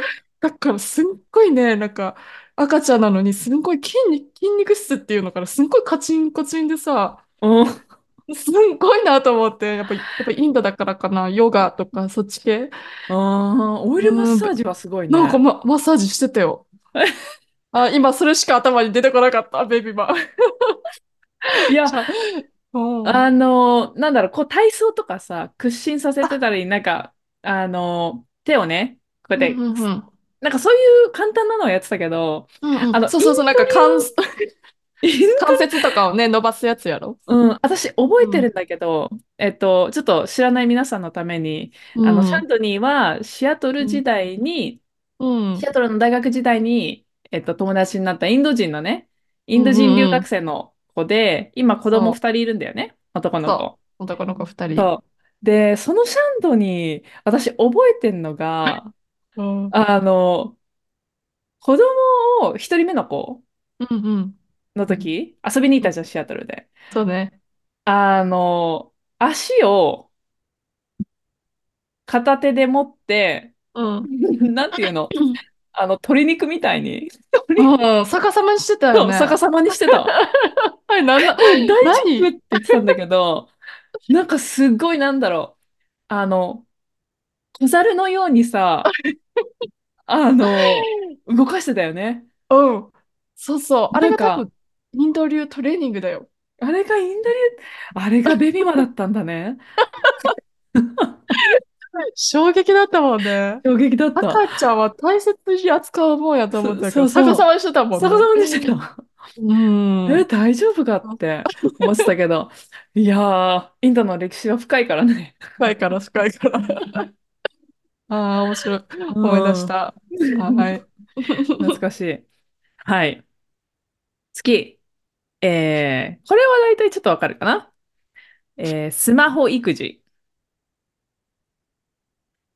Speaker 1: だから、すんごいね、なんか、赤ちゃんなのに、すんごい筋肉、筋肉質っていうのから、すんごいカチンコチンでさ、
Speaker 2: うん
Speaker 1: すんごいなと思って、やっぱ、やっぱインドだからかな、ヨガとか、そっち系。
Speaker 2: あーオイルマッ
Speaker 1: うん、
Speaker 2: サ
Speaker 1: べ
Speaker 2: ージはすごい
Speaker 1: なんか、
Speaker 2: ね。
Speaker 1: ま、マッサージしてた よ。あ、今それしか頭に出てこなかった、ベイビーバー。
Speaker 2: いや、
Speaker 1: じゃあ、うん。
Speaker 2: あのーなんだろう、こう体操とかさ、屈伸させて
Speaker 1: あ、
Speaker 2: たり、なんか、あのー手をね、こう
Speaker 1: う
Speaker 2: やっ
Speaker 1: ん
Speaker 2: て、
Speaker 1: うんうん。
Speaker 2: なんかそういう簡単なのをやってたけど、
Speaker 1: うんう
Speaker 2: あ
Speaker 1: ん。
Speaker 2: の、
Speaker 1: そう
Speaker 2: イン
Speaker 1: そうそう、なんか
Speaker 2: ド
Speaker 1: 関、
Speaker 2: 流、インド
Speaker 1: 関節とかをね、伸ばすやつやろ。
Speaker 2: 流、うん、私覚
Speaker 1: う
Speaker 2: えてる
Speaker 1: ん。
Speaker 2: んだけど、えっと、ちょっと知らない皆さんのために、
Speaker 1: う
Speaker 2: あの、シャン
Speaker 1: ん。
Speaker 2: ドニーはシアトル
Speaker 1: う
Speaker 2: 時
Speaker 1: ん。
Speaker 2: 代に、
Speaker 1: うん。う
Speaker 2: シ
Speaker 1: ん
Speaker 2: アトルの大学時代に、えっと、友達になったインド人のね、イ
Speaker 1: う
Speaker 2: ンド人留
Speaker 1: んう
Speaker 2: 学
Speaker 1: ん。
Speaker 2: 生の子で、今子供
Speaker 1: そ
Speaker 2: 2人いるんだよね、男
Speaker 1: う。
Speaker 2: の
Speaker 1: そ
Speaker 2: 子。
Speaker 1: う。男の子二人。
Speaker 2: そう。で、そのシャンドに、私覚えてんのが、
Speaker 1: うん。うん
Speaker 2: あの、子供を、一人目の子
Speaker 1: うん。
Speaker 2: の
Speaker 1: うん。
Speaker 2: 時、遊びに行ったじゃん、シアトルで。
Speaker 1: そうね。
Speaker 2: あの、足を片手で持って、
Speaker 1: うん。
Speaker 2: なんていう の、あの、鶏肉みたいに、鶏
Speaker 1: うん。逆さまにしてたよ
Speaker 2: そう、
Speaker 1: ね。
Speaker 2: 逆さまにしてた。
Speaker 1: あれ、なんだ、
Speaker 2: 大丈夫っ
Speaker 1: 何
Speaker 2: て言ってたんだけど、なんかすっごいなんだろう。あの、小猿のようにさ、あの、動かしてたよね。
Speaker 1: うん。そうそう。あれ
Speaker 2: なん
Speaker 1: が多
Speaker 2: か、
Speaker 1: 分、インド流トレーニングだよ。
Speaker 2: あれがインド流、あれがベビマだったんだね。
Speaker 1: 衝撃だったもんね。
Speaker 2: 衝撃だった。
Speaker 1: 赤ちゃんは大切に扱うもんやと思っ
Speaker 2: そ、
Speaker 1: てたけ
Speaker 2: そ
Speaker 1: ど、
Speaker 2: う
Speaker 1: 逆さ
Speaker 2: そ
Speaker 1: まにしてた
Speaker 2: う。
Speaker 1: もん
Speaker 2: 逆
Speaker 1: ね。
Speaker 2: さまにしてた。
Speaker 1: う
Speaker 2: え、
Speaker 1: ん。
Speaker 2: 大丈夫かって思ってたけど、いやー、インドの歴史は深いからね。
Speaker 1: 深いから深いから。ああ、面白い。
Speaker 2: う
Speaker 1: 思い出し
Speaker 2: ん。
Speaker 1: た。はい。
Speaker 2: 懐かしい。はい。次。えー、これは大体ちょっとわかるかな。えー、スマホ育児。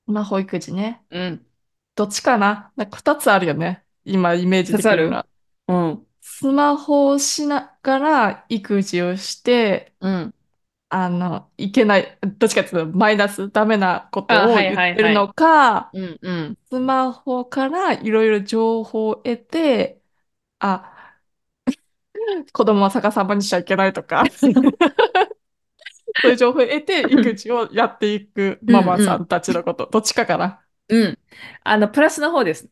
Speaker 1: まあ、保育児ね。
Speaker 2: うん。
Speaker 1: どっちかななんか二つあるよね。今、イメージ
Speaker 2: 刺
Speaker 1: でき
Speaker 2: さ
Speaker 1: るの
Speaker 2: る
Speaker 1: は。
Speaker 2: うん。
Speaker 1: スマホをしながら育児をして、
Speaker 2: うん。
Speaker 1: あの、いけない、どっちかっていうとマイナス、ダメなこ
Speaker 2: あ、
Speaker 1: とを
Speaker 2: はい
Speaker 1: 言っ
Speaker 2: はい
Speaker 1: てる
Speaker 2: は
Speaker 1: の
Speaker 2: い。
Speaker 1: か、
Speaker 2: うんうん。
Speaker 1: スマホからいろいろ情報を得て、あ、子供は逆さまにしちゃいけないとか、そういう情報を得て育児をやっていく
Speaker 2: う
Speaker 1: マ
Speaker 2: ん
Speaker 1: マ
Speaker 2: う
Speaker 1: さん
Speaker 2: ん。
Speaker 1: たちのこと、どっちかかな。
Speaker 2: うん。あの、プラスの方です。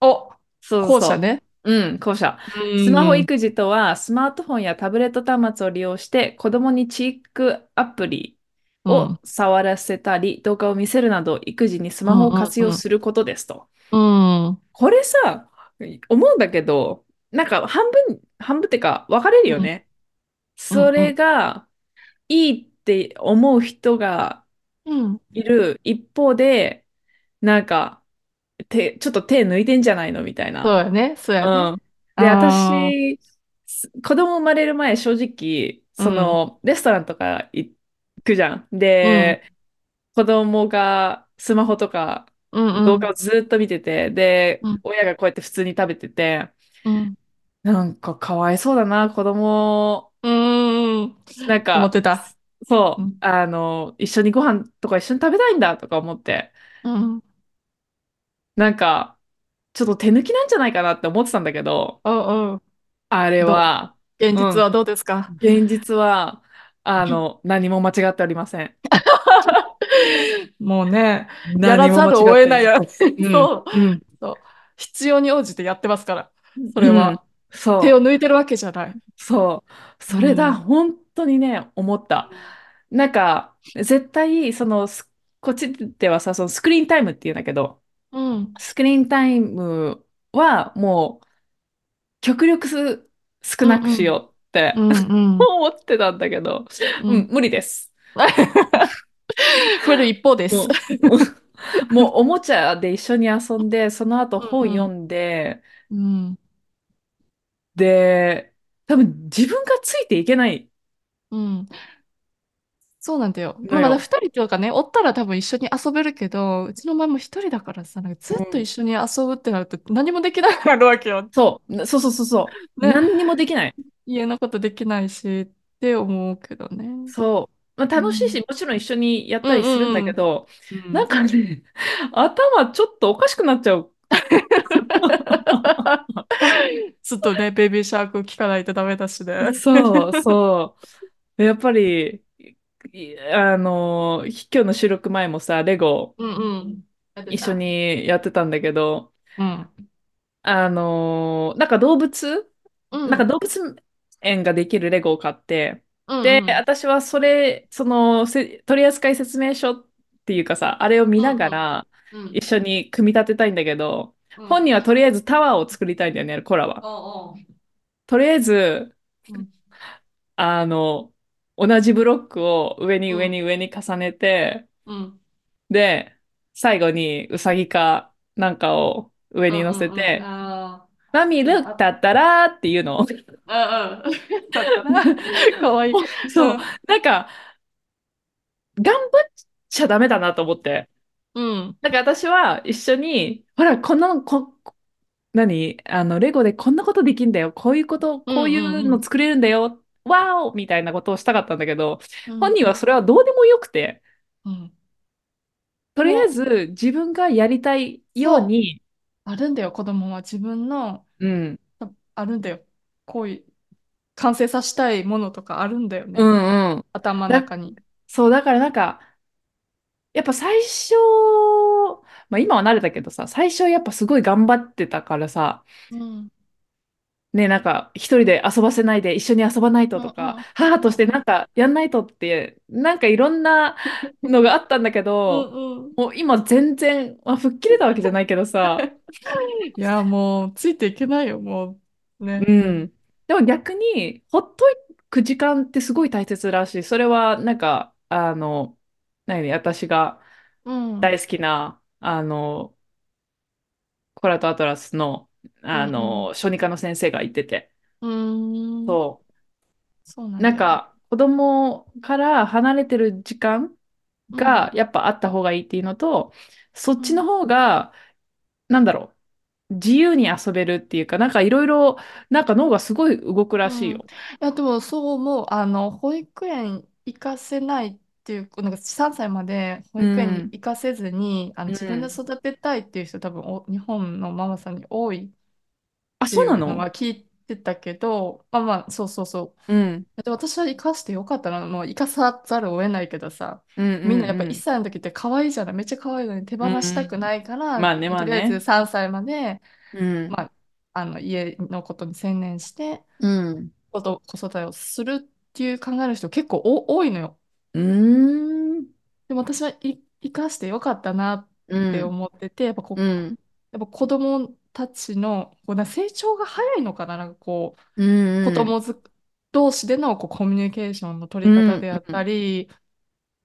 Speaker 1: お、
Speaker 2: そう
Speaker 1: 後者
Speaker 2: そ
Speaker 1: ね。
Speaker 2: う。うん、後者。
Speaker 1: う
Speaker 2: スマホ
Speaker 1: ん。
Speaker 2: 育児とは、スマートフォンやタブレット端末を利用して、子供にチークアプリ
Speaker 1: う
Speaker 2: を
Speaker 1: ん。
Speaker 2: 触らせたり、動画を見せるなど、育児にス
Speaker 1: う
Speaker 2: マホ
Speaker 1: ん
Speaker 2: を
Speaker 1: うん
Speaker 2: 活
Speaker 1: う
Speaker 2: 用
Speaker 1: ん。
Speaker 2: することですと。
Speaker 1: うん
Speaker 2: これさ、思うんだけど、なんか半分、半分ってか、分かれるよ
Speaker 1: うん
Speaker 2: ね。
Speaker 1: うん
Speaker 2: そうれ
Speaker 1: ん。
Speaker 2: が、いいって思う人が
Speaker 1: うん
Speaker 2: いる一方で、なんか、手、ちょっと手抜いてんじゃないのみたい
Speaker 1: そう
Speaker 2: な。
Speaker 1: やね、そうやね。
Speaker 2: うん。で、
Speaker 1: ああ、
Speaker 2: 私、す子供生まれる前、正直、
Speaker 1: う
Speaker 2: そ
Speaker 1: ん、
Speaker 2: の、レストランとか行くじゃん。
Speaker 1: うん、
Speaker 2: で、子供がスマホとか
Speaker 1: うん、う
Speaker 2: 動画
Speaker 1: ん、
Speaker 2: をずっと見てて、で、
Speaker 1: うん、
Speaker 2: 親がこうやって普通に食べてて、
Speaker 1: うん、
Speaker 2: なんかかわいそうだな、子供、
Speaker 1: うーん、
Speaker 2: なん
Speaker 1: 思っ
Speaker 2: か、
Speaker 1: てた。う
Speaker 2: そう、
Speaker 1: ん、
Speaker 2: あの、一緒にご飯とか一緒に食べたいんだとか思って、
Speaker 1: うん、
Speaker 2: なんか、ちょっと手抜きなんじゃないかなって思ってたんだけど、
Speaker 1: おうおう、
Speaker 2: あれ
Speaker 1: どう、
Speaker 2: は、
Speaker 1: 現
Speaker 2: う
Speaker 1: 実は
Speaker 2: ん、
Speaker 1: どうですか
Speaker 2: 現実は、あの、何も間違っておりません。
Speaker 1: もうね、 や
Speaker 2: 何
Speaker 1: ら
Speaker 2: も
Speaker 1: ざ
Speaker 2: 間違
Speaker 1: るを
Speaker 2: っ
Speaker 1: 得
Speaker 2: て
Speaker 1: な
Speaker 2: ないい。
Speaker 1: よね。
Speaker 2: うん、
Speaker 1: そう、
Speaker 2: うん、
Speaker 1: そう、必要に応じてやってますから、それ
Speaker 2: うん、
Speaker 1: は。手
Speaker 2: そ
Speaker 1: を抜いてるわけじゃない。
Speaker 2: う、そう、
Speaker 1: う
Speaker 2: それだ、
Speaker 1: ん、
Speaker 2: 本当にね、思った。なんか、絶対、その、すこっちではさ、そのスクリーンタイムっていうんだけど、
Speaker 1: うん、
Speaker 2: スクリーンタイムはもう極力す少
Speaker 1: う
Speaker 2: なく
Speaker 1: ん、う
Speaker 2: し
Speaker 1: ん、
Speaker 2: ようって
Speaker 1: うん、うん、
Speaker 2: 思ってたんだけど、
Speaker 1: う
Speaker 2: うん、
Speaker 1: ん。
Speaker 2: 無理です。
Speaker 1: 増える一方です。
Speaker 2: もう、もうおもちゃで一緒に遊んで、その後
Speaker 1: うん、
Speaker 2: 本
Speaker 1: う
Speaker 2: 読
Speaker 1: ん、
Speaker 2: んで、
Speaker 1: うん、
Speaker 2: で、多分自分がついていけない
Speaker 1: うん。そうなんだよ。ま
Speaker 2: の
Speaker 1: あ、まだ
Speaker 2: よ。
Speaker 1: 二人とかね、おったら多分一緒に遊べるけど、うちの前も一人だからさ、なんかず
Speaker 2: う
Speaker 1: っと一
Speaker 2: ん。
Speaker 1: 緒に遊ぶってなると何もできなくなるわけよ。
Speaker 2: そう、なそうそうそうそう。
Speaker 1: ね。
Speaker 2: 何にもできない。
Speaker 1: 家のことできないしって思うけどね。
Speaker 2: そう。まあ、
Speaker 1: う
Speaker 2: 楽しい
Speaker 1: ん。
Speaker 2: し、もちろん一緒にやっ
Speaker 1: う
Speaker 2: たりするんだ
Speaker 1: んう
Speaker 2: け
Speaker 1: ん
Speaker 2: ど、
Speaker 1: うん。う
Speaker 2: なん
Speaker 1: ん。
Speaker 2: かね、頭ちょっとおかしくなっちゃ う。
Speaker 1: ちょっとね、ベイビーシャーク聞かないとダメだしね。
Speaker 2: そうそう。やっぱり、いあの、今日の収録前もさ、レゴ
Speaker 1: うんうん。やって
Speaker 2: 一緒
Speaker 1: た。
Speaker 2: にやってたんだけど、
Speaker 1: うん。
Speaker 2: あの、なんか動物、
Speaker 1: う
Speaker 2: なんか
Speaker 1: ん。
Speaker 2: 動物園ができるレゴを買って、
Speaker 1: うん
Speaker 2: で、
Speaker 1: うん。
Speaker 2: 私はそれ、その、せ取扱説明書っていうかさ、あれを見
Speaker 1: う
Speaker 2: なんが
Speaker 1: うん。
Speaker 2: ら
Speaker 1: うん。
Speaker 2: 一緒に組み立てたいんだけど、
Speaker 1: う
Speaker 2: 本
Speaker 1: ん。
Speaker 2: 人はとりあえずタワーを作りたいんだよね、コラは。
Speaker 1: おう
Speaker 2: とりあえず、
Speaker 1: おう。うん。
Speaker 2: あの、同じブロックを上に
Speaker 1: う
Speaker 2: 上
Speaker 1: ん。
Speaker 2: に上に重ねて、
Speaker 1: うん。
Speaker 2: で、最後にウサギかなんかを上
Speaker 1: う
Speaker 2: に
Speaker 1: ん
Speaker 2: 乗
Speaker 1: うん
Speaker 2: せ
Speaker 1: うん。
Speaker 2: て、
Speaker 1: あ
Speaker 2: マミー、
Speaker 1: ー
Speaker 2: ル
Speaker 1: う
Speaker 2: ッ
Speaker 1: ん
Speaker 2: ク、
Speaker 1: あ
Speaker 2: タッタラーっていうの。
Speaker 1: うんうん。だったら、かわいい。
Speaker 2: もう
Speaker 1: う
Speaker 2: そう、
Speaker 1: ん。
Speaker 2: なんか、頑張っちゃダメだなと思って。
Speaker 1: うん。
Speaker 2: なんか私は一緒に、ほら、こんなの、こ、こ何あの、レゴでこんなことできんだよ。こういうこと、
Speaker 1: う
Speaker 2: こうんいううん
Speaker 1: う
Speaker 2: の
Speaker 1: ん。
Speaker 2: 作れるんだよ。わーおみたいなことをしたかったんだけど、
Speaker 1: う
Speaker 2: 本
Speaker 1: ん。
Speaker 2: 人はそれはどうでもよくて、
Speaker 1: うん
Speaker 2: とりあえ
Speaker 1: ね、
Speaker 2: ず自分がやりたいよう
Speaker 1: そう、
Speaker 2: に、
Speaker 1: あるんだよ、子供は自分の、
Speaker 2: うん、
Speaker 1: ああるんだよ。こういう、完成させたいものとかあるんだよ
Speaker 2: う
Speaker 1: ね。
Speaker 2: んうん。
Speaker 1: 頭の
Speaker 2: だ、
Speaker 1: 中に。
Speaker 2: そう、だからなんか、やっぱ最初、まあ今は慣れたけどさ、最初はやっぱすごい頑張ってたからさ、
Speaker 1: うん。
Speaker 2: ね、なんか一人で遊ばせないで一緒に遊ばないうと
Speaker 1: んう
Speaker 2: と
Speaker 1: ん。
Speaker 2: か、母として
Speaker 1: う
Speaker 2: なんんかやんないとって、なんかいろん なのがあったんだけ
Speaker 1: う
Speaker 2: ど、
Speaker 1: ん。うん
Speaker 2: もう今全然、まあ、吹っ切れたわけじゃないけど さ、
Speaker 1: いや、もう、ついていけないよ、もう。ね。
Speaker 2: うん。でも逆に、ほっとく時間ってすごい大切らしい。それはなんか、あの、何、私が、
Speaker 1: うん。
Speaker 2: 大好きな、あの、コラとアトラスの、
Speaker 1: う
Speaker 2: あ
Speaker 1: ん。
Speaker 2: の、小児科の先生が言ってて、
Speaker 1: うん。うん
Speaker 2: そ
Speaker 1: そうな
Speaker 2: う。
Speaker 1: ん
Speaker 2: なん
Speaker 1: だ。
Speaker 2: か、子供から離れてる時間
Speaker 1: うん。
Speaker 2: が、やっぱあった方がいいっていうのと、そっ
Speaker 1: う
Speaker 2: ちの
Speaker 1: ん。
Speaker 2: 方が、なんだろう、自由に遊べるっていうか、なんかいろいろ、なんか脳がすごい動くら
Speaker 1: う
Speaker 2: しい
Speaker 1: ん。い
Speaker 2: よ。
Speaker 1: や、でもそう思う。あの、保育園行かせないっていう、なんか3歳まで保
Speaker 2: う
Speaker 1: 育園に
Speaker 2: ん、
Speaker 1: 行かせずに、あの、
Speaker 2: う
Speaker 1: 自分で
Speaker 2: ん。
Speaker 1: 育てたいっていう人多分お、日本のママさんに多いっ
Speaker 2: あ、
Speaker 1: て
Speaker 2: そう
Speaker 1: い
Speaker 2: な
Speaker 1: うの
Speaker 2: の
Speaker 1: は聞いてたけど、まあまあ、そうそうそう。
Speaker 2: うん、
Speaker 1: で、私は生かしてよかったな。もう生かさざるを得ないけどさ、
Speaker 2: うん、
Speaker 1: みんな
Speaker 2: う
Speaker 1: やっぱ
Speaker 2: ん、
Speaker 1: 1歳の時って可愛いじゃない、めっちゃ可愛いのに手
Speaker 2: う
Speaker 1: 放
Speaker 2: ん。う
Speaker 1: したく
Speaker 2: ん
Speaker 1: ないから、
Speaker 2: ま
Speaker 1: ま
Speaker 2: あね、
Speaker 1: あ
Speaker 2: まあ
Speaker 1: とりあえず
Speaker 2: ね。
Speaker 1: 3歳まで、
Speaker 2: うん、
Speaker 1: まあ、あの家のことに専念して、
Speaker 2: うん。
Speaker 1: こと子育てをするっていう考える人結構お多いのよ。
Speaker 2: うーん、
Speaker 1: でも私はい生かしてよかったなっ
Speaker 2: う
Speaker 1: て
Speaker 2: ん、
Speaker 1: 思ってて、やっぱ
Speaker 2: う
Speaker 1: こ、
Speaker 2: ん、
Speaker 1: やっぱ子供たちのこうな成長が早いのかな、なんかこう、
Speaker 2: う
Speaker 1: 子
Speaker 2: ん、うん、
Speaker 1: 供ず同士でのこうコミュニケーションの取
Speaker 2: う
Speaker 1: り方
Speaker 2: ん、
Speaker 1: であっ
Speaker 2: う
Speaker 1: た
Speaker 2: ん
Speaker 1: り、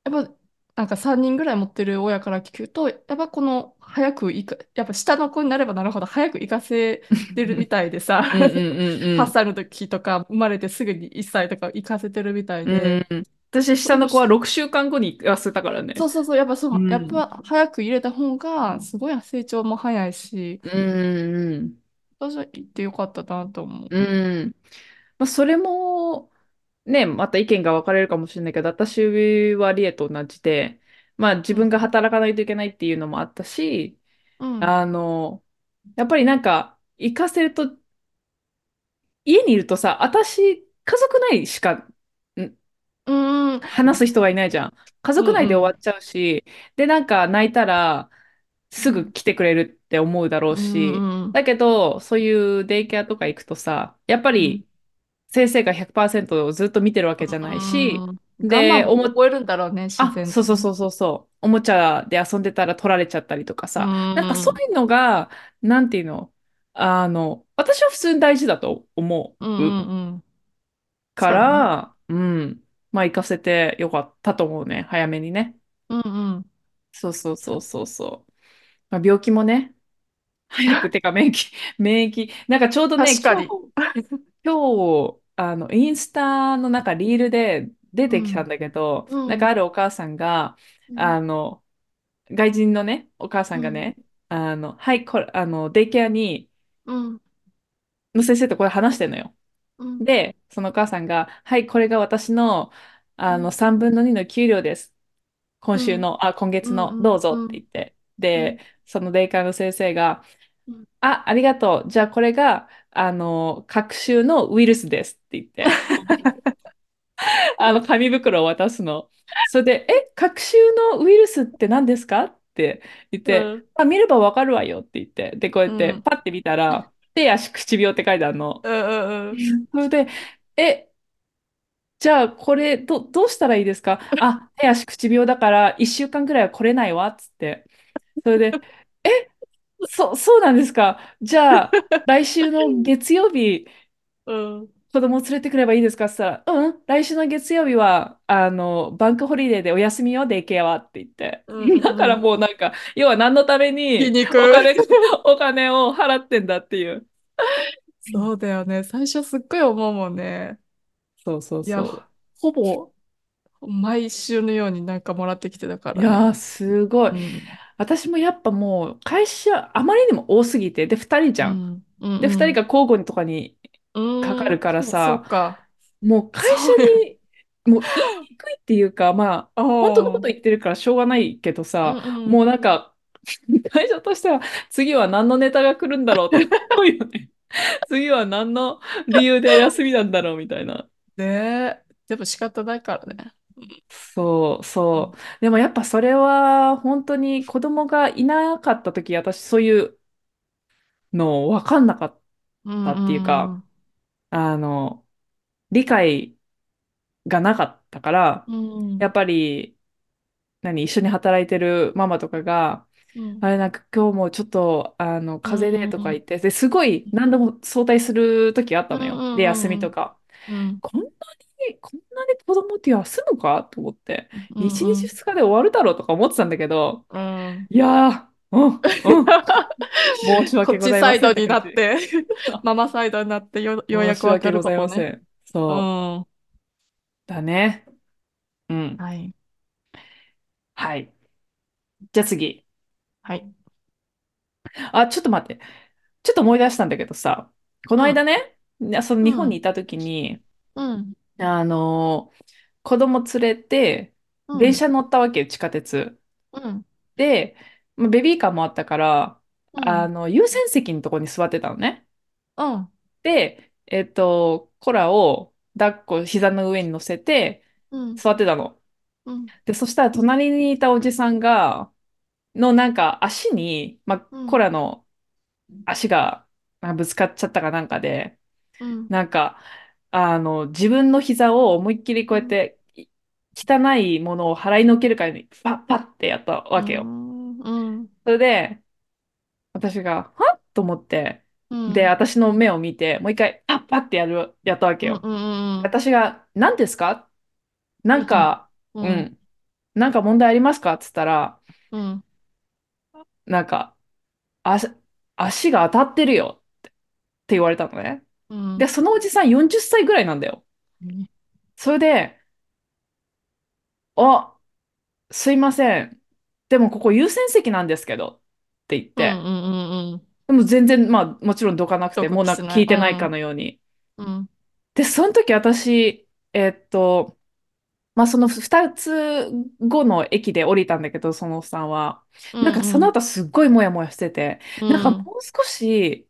Speaker 1: やっぱなんか3人ぐらい持ってる親から聞くと、やっぱこの早くいか、やっぱ下の子になればなるほど早く行かせてるみたいでさ、
Speaker 2: うん、 う
Speaker 1: 8
Speaker 2: ん、
Speaker 1: 歳の時とか生まれてすぐに1歳とか行かせてるみたい
Speaker 2: うん、
Speaker 1: で、
Speaker 2: うん。私、
Speaker 1: それ
Speaker 2: 下
Speaker 1: も
Speaker 2: の子は
Speaker 1: し
Speaker 2: 6週間後に行かせたから
Speaker 1: そ
Speaker 2: ね。
Speaker 1: うそうそう、やっぱそうう、やっ
Speaker 2: ん、
Speaker 1: ぱ早く入れた方がすごい成長も早いし、
Speaker 2: うん、うん。
Speaker 1: 私は行ってよかったなと思う。
Speaker 2: うん。まあ、それも、ね、また意見が分かれるかもしれないけど、私はリエと同じで、まあ自
Speaker 1: うん
Speaker 2: 分が働かないといけないっていうのもあったし、
Speaker 1: うん。
Speaker 2: あの、やっぱりなんか、行かせると、家にいるとさ、私、家族内しか、ん
Speaker 1: うんうん
Speaker 2: 話す人がいないじゃん。家
Speaker 1: う
Speaker 2: 族内で終わ
Speaker 1: ん
Speaker 2: っちゃうし、で、なんか泣いたら、
Speaker 1: う
Speaker 2: すぐ
Speaker 1: ん
Speaker 2: 来てくれるって思うだろう
Speaker 1: う
Speaker 2: し、
Speaker 1: んうん
Speaker 2: だけど、そういうデイケアとか行くとさ、やっぱ
Speaker 1: うん
Speaker 2: り、先生が100%をずっと見てるわけじゃないし、
Speaker 1: うん我
Speaker 2: で、
Speaker 1: 慢
Speaker 2: お
Speaker 1: も
Speaker 2: も、
Speaker 1: 覚えるんだろうね、自
Speaker 2: あ、
Speaker 1: 然
Speaker 2: そうそう
Speaker 1: とね。
Speaker 2: そうそうそう、おもちゃで遊んでたら取られちゃったりとか
Speaker 1: う
Speaker 2: さ、なんか
Speaker 1: ん。
Speaker 2: そうういうのが、なんていうの、あの、私は普通に大事だと思
Speaker 1: うん
Speaker 2: う
Speaker 1: うんうん。
Speaker 2: か
Speaker 1: そうだね。
Speaker 2: ら、うん、まあ行かせてよかったと思うね、早めにね。
Speaker 1: うんうん。
Speaker 2: そうそうそうそうそう。まあ、病気もね、早く、てか免疫、 免疫、なんかちょうどね、
Speaker 1: 確か
Speaker 2: 今
Speaker 1: に。
Speaker 2: 日、 今日、あの、インスタのなんかリールで出
Speaker 1: う
Speaker 2: てきた
Speaker 1: ん。
Speaker 2: んだけど、
Speaker 1: う
Speaker 2: なん
Speaker 1: ん。
Speaker 2: かあるお母さんが、
Speaker 1: うん。
Speaker 2: あの、外人のね、お母さ
Speaker 1: うん
Speaker 2: が
Speaker 1: ん。
Speaker 2: ね、あの、はい、これ、あの、デイケアに、
Speaker 1: うん。
Speaker 2: の先生とこれ話してんのよ。
Speaker 1: うん。
Speaker 2: で、そのお母さんが、はい、これが私の、
Speaker 1: う
Speaker 2: あの、
Speaker 1: ん。
Speaker 2: 3分の2の給料です。今
Speaker 1: う
Speaker 2: 週
Speaker 1: ん。
Speaker 2: の、あ、今
Speaker 1: う
Speaker 2: 月
Speaker 1: ん。
Speaker 2: の、どうぞ
Speaker 1: う
Speaker 2: って
Speaker 1: ん。
Speaker 2: 言って。
Speaker 1: う
Speaker 2: で、
Speaker 1: ん。
Speaker 2: そのデイケアの先生が、
Speaker 1: うん
Speaker 2: あ、ありがとう。じゃあこれが、あの、隔週のウイルスですって言って。 あの紙袋を渡すの。それで、え、隔週のウイルスって何ですかって言っ
Speaker 1: う
Speaker 2: て、
Speaker 1: ん。
Speaker 2: あ、見ればわかるわよって言って、で、こうや
Speaker 1: う
Speaker 2: って
Speaker 1: ん
Speaker 2: パッて見たら、手足口病って書いてあるの。
Speaker 1: うんうん
Speaker 2: それで、え、じゃあこれど、どうしたらいいですか あ、手足口病だから1週間ぐらいは来れないわっつって。それで、 え、そ、そうなんですか。じゃあ来週の月曜日、
Speaker 1: うん
Speaker 2: 子供を連れてくればいいですかって言ったら、うん、来週の月曜日は、あの、バンクホリデーでお休みよ、デイケアはって言って。
Speaker 1: うん
Speaker 2: だから
Speaker 1: うん
Speaker 2: もうなんか、要は何のため
Speaker 1: 皮
Speaker 2: にお
Speaker 1: 肉
Speaker 2: 金、 お金を払ってんだっていう。うん
Speaker 1: そうだよね。最初すっごい思うもんね。
Speaker 2: そうそう
Speaker 1: いや、
Speaker 2: そ
Speaker 1: ほほぼ毎週のようになんかもらってきてたか
Speaker 2: う。い
Speaker 1: ら
Speaker 2: や
Speaker 1: ね。
Speaker 2: ー、すごい。
Speaker 1: うん。
Speaker 2: 私もやっぱもう、会社あまりにも多すぎて、で、2人じ
Speaker 1: う
Speaker 2: ゃん。
Speaker 1: ん。う
Speaker 2: で、2人
Speaker 1: ん
Speaker 2: が交互にとかに
Speaker 1: う
Speaker 2: かか
Speaker 1: ん。うー
Speaker 2: る
Speaker 1: ん。
Speaker 2: から
Speaker 1: そうそ
Speaker 2: さ、
Speaker 1: うか。
Speaker 2: もう会社
Speaker 1: そうや。
Speaker 2: にもう言いにくいっていうか、まあ、本当のこ
Speaker 1: お
Speaker 2: と
Speaker 1: ー。
Speaker 2: 言ってるからしょうがないけど
Speaker 1: う
Speaker 2: さ、
Speaker 1: んう。
Speaker 2: もうんなんか、会社としては次は何のネタが来るんだろうって思うよね。次は何の理由で休みなんだろうみたいな。
Speaker 1: ねえ。でも仕方ないからね。
Speaker 2: そう
Speaker 1: う
Speaker 2: そ
Speaker 1: ん
Speaker 2: う。でもやっぱそれは本当に子供がいなかった時、私そういうの分かんなかっ
Speaker 1: う
Speaker 2: たっていうん
Speaker 1: う
Speaker 2: か、
Speaker 1: ん
Speaker 2: あの、理解がなかったから、
Speaker 1: うん。う
Speaker 2: や
Speaker 1: ん
Speaker 2: っぱり、何、一緒に働いてるママとかが、
Speaker 1: うん
Speaker 2: あれなんか今日もちょっと、あの、
Speaker 1: う
Speaker 2: 風邪でとか
Speaker 1: ん
Speaker 2: 言って、で、すごい何度も早退する時あっ
Speaker 1: う
Speaker 2: たの
Speaker 1: ん
Speaker 2: よ。
Speaker 1: う
Speaker 2: で、
Speaker 1: ん
Speaker 2: 休み
Speaker 1: う
Speaker 2: と
Speaker 1: ん
Speaker 2: か。
Speaker 1: うん。
Speaker 2: こんなにに、こんなに子供って休むかと思って、
Speaker 1: うん
Speaker 2: 1
Speaker 1: う
Speaker 2: 日
Speaker 1: ん。
Speaker 2: 2日で終わるだろうとか思ってたんだけど、
Speaker 1: うん。
Speaker 2: いやー、 うん、うん、申し
Speaker 1: こっ
Speaker 2: 訳ご
Speaker 1: ち
Speaker 2: ざい
Speaker 1: サ
Speaker 2: ませ
Speaker 1: イ
Speaker 2: ん
Speaker 1: ド
Speaker 2: って
Speaker 1: に
Speaker 2: 感
Speaker 1: な
Speaker 2: じ。
Speaker 1: って ママサイドになってよ、よう
Speaker 2: 申
Speaker 1: や
Speaker 2: し
Speaker 1: くわ
Speaker 2: 訳
Speaker 1: かる
Speaker 2: ご
Speaker 1: か
Speaker 2: ざい
Speaker 1: も
Speaker 2: ま
Speaker 1: ね。
Speaker 2: せん。
Speaker 1: う
Speaker 2: そ
Speaker 1: ん。は
Speaker 2: う、だね。うん。
Speaker 1: い。
Speaker 2: はい。じゃあ次。
Speaker 1: はい。
Speaker 2: あ、ちょっと待って。ちょっと思い出したんだけどさ、この
Speaker 1: うん。
Speaker 2: 間ね、なその
Speaker 1: う
Speaker 2: 日本に
Speaker 1: ん。
Speaker 2: いた時に、
Speaker 1: うん。
Speaker 2: あのー子供連れて、
Speaker 1: う
Speaker 2: 電
Speaker 1: ん。
Speaker 2: 車乗ったわけよ、地下鉄。
Speaker 1: うん。
Speaker 2: で、まあベビーカーもあったから、
Speaker 1: う
Speaker 2: あ
Speaker 1: ん。
Speaker 2: の、優先席のとこに座ってたのね。
Speaker 1: うん。
Speaker 2: で、えっと、コラを抱っこ、膝の上に乗せて、
Speaker 1: うん。
Speaker 2: 座ってたの。
Speaker 1: うん。
Speaker 2: で、そしたら隣にいたおじさんが、のなんか足に、まあ、
Speaker 1: う
Speaker 2: コ
Speaker 1: ん。
Speaker 2: ラの足があぶつかっちゃったかなんかで、
Speaker 1: うん。
Speaker 2: なんか、あの、自分の膝を思いっきりこ
Speaker 1: う
Speaker 2: うやっ
Speaker 1: ん。
Speaker 2: て、い汚いものを払いのけるかに、パッパッってやった
Speaker 1: う
Speaker 2: わけよ。
Speaker 1: ん。うん。
Speaker 2: それで、私が、はっと思って、
Speaker 1: う
Speaker 2: で、
Speaker 1: ん。
Speaker 2: 私の目を見て、もう一回、パッパッってやる、やったわけ
Speaker 1: うん。
Speaker 2: よ。
Speaker 1: うん。
Speaker 2: 私が、何ですかな
Speaker 1: うんん。
Speaker 2: か、
Speaker 1: う。
Speaker 2: うんん、なんか問題ありますかっつったら、
Speaker 1: うん。
Speaker 2: なんか、足、足が当たってるよって言われたのね。
Speaker 1: う
Speaker 2: で、
Speaker 1: ん。
Speaker 2: そのおじさん40歳ぐらいなんだよ。それで、あ、すいません。でもここ優先席なんですけどって言っ
Speaker 1: うん。
Speaker 2: て。
Speaker 1: うん。うん。
Speaker 2: でも全然、まあもちろんどかなく
Speaker 1: ど
Speaker 2: て、
Speaker 1: こ
Speaker 2: もう
Speaker 1: か
Speaker 2: なん
Speaker 1: し
Speaker 2: か
Speaker 1: な
Speaker 2: 聞
Speaker 1: い。
Speaker 2: いうてないか
Speaker 1: ん。
Speaker 2: のように。
Speaker 1: うん。
Speaker 2: で、その時私、えっと、まあその2つ後の駅で降りたんだけど、そのおっさんは。
Speaker 1: う
Speaker 2: なんかその
Speaker 1: ん。
Speaker 2: 後すっごいモヤモヤしてて、
Speaker 1: う
Speaker 2: なんかも
Speaker 1: ん。
Speaker 2: う少し、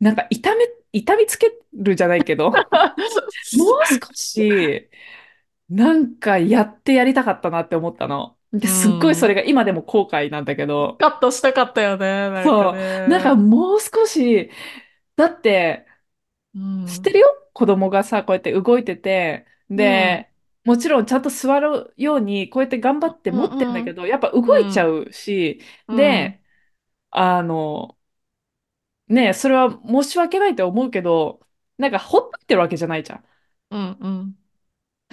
Speaker 2: なんか痛め、痛みつけるじゃないけ ど、もう少し、なんかやってやりたかったなって思ったの。で、
Speaker 1: う
Speaker 2: すっごいそ
Speaker 1: ん。
Speaker 2: れが今でも後悔なんだけど、
Speaker 1: カットしたかったよね。なんか
Speaker 2: そう、なんか
Speaker 1: ね。
Speaker 2: もう少し、だって、
Speaker 1: う
Speaker 2: 知って
Speaker 1: ん。
Speaker 2: るよ子供がさ、こうやって動いてて、
Speaker 1: うん。
Speaker 2: で、もちろんちゃんと座るように、こうやって頑張って
Speaker 1: うん
Speaker 2: 持ってるんだ
Speaker 1: う
Speaker 2: け
Speaker 1: ん。
Speaker 2: ど、やっぱ動
Speaker 1: う
Speaker 2: いちゃ
Speaker 1: ん。
Speaker 2: うし、
Speaker 1: うん。
Speaker 2: で、あの、ねえ、それは申し訳ないと思うけど、なんかほっといてるわけじゃないじゃん。
Speaker 1: うんうん。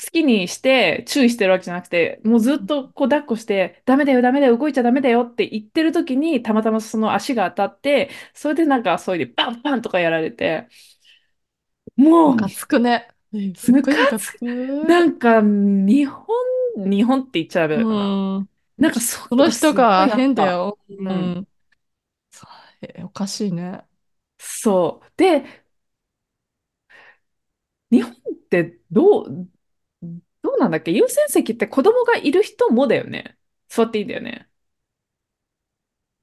Speaker 2: 好きにして注意してるわけじゃなくて、もうずっとこう抱っこして、ダメだよ、ダメだよ、動いちゃダメだよって言ってる時に、たまたまその足が当たって、それでなんかそういうパンパンとかやられて、
Speaker 1: ム
Speaker 2: も
Speaker 1: カつくね。うん
Speaker 2: う、
Speaker 1: すっ
Speaker 2: ム
Speaker 1: ごい
Speaker 2: カ
Speaker 1: ムカ
Speaker 2: つ
Speaker 1: つ
Speaker 2: く。
Speaker 1: く。う
Speaker 2: なんか、日本、日本って言っちゃダメだよな。
Speaker 1: ん。
Speaker 2: なんかそういう
Speaker 1: その
Speaker 2: の
Speaker 1: 人
Speaker 2: すっご
Speaker 1: が
Speaker 2: いあっ
Speaker 1: 変だ
Speaker 2: た。
Speaker 1: よ。う
Speaker 2: うん。
Speaker 1: ん。そうえおかしいね。
Speaker 2: そう。で、日本ってどう、どうなんだっけ優先席って子供がいる人もだよね。座っていいんだよね。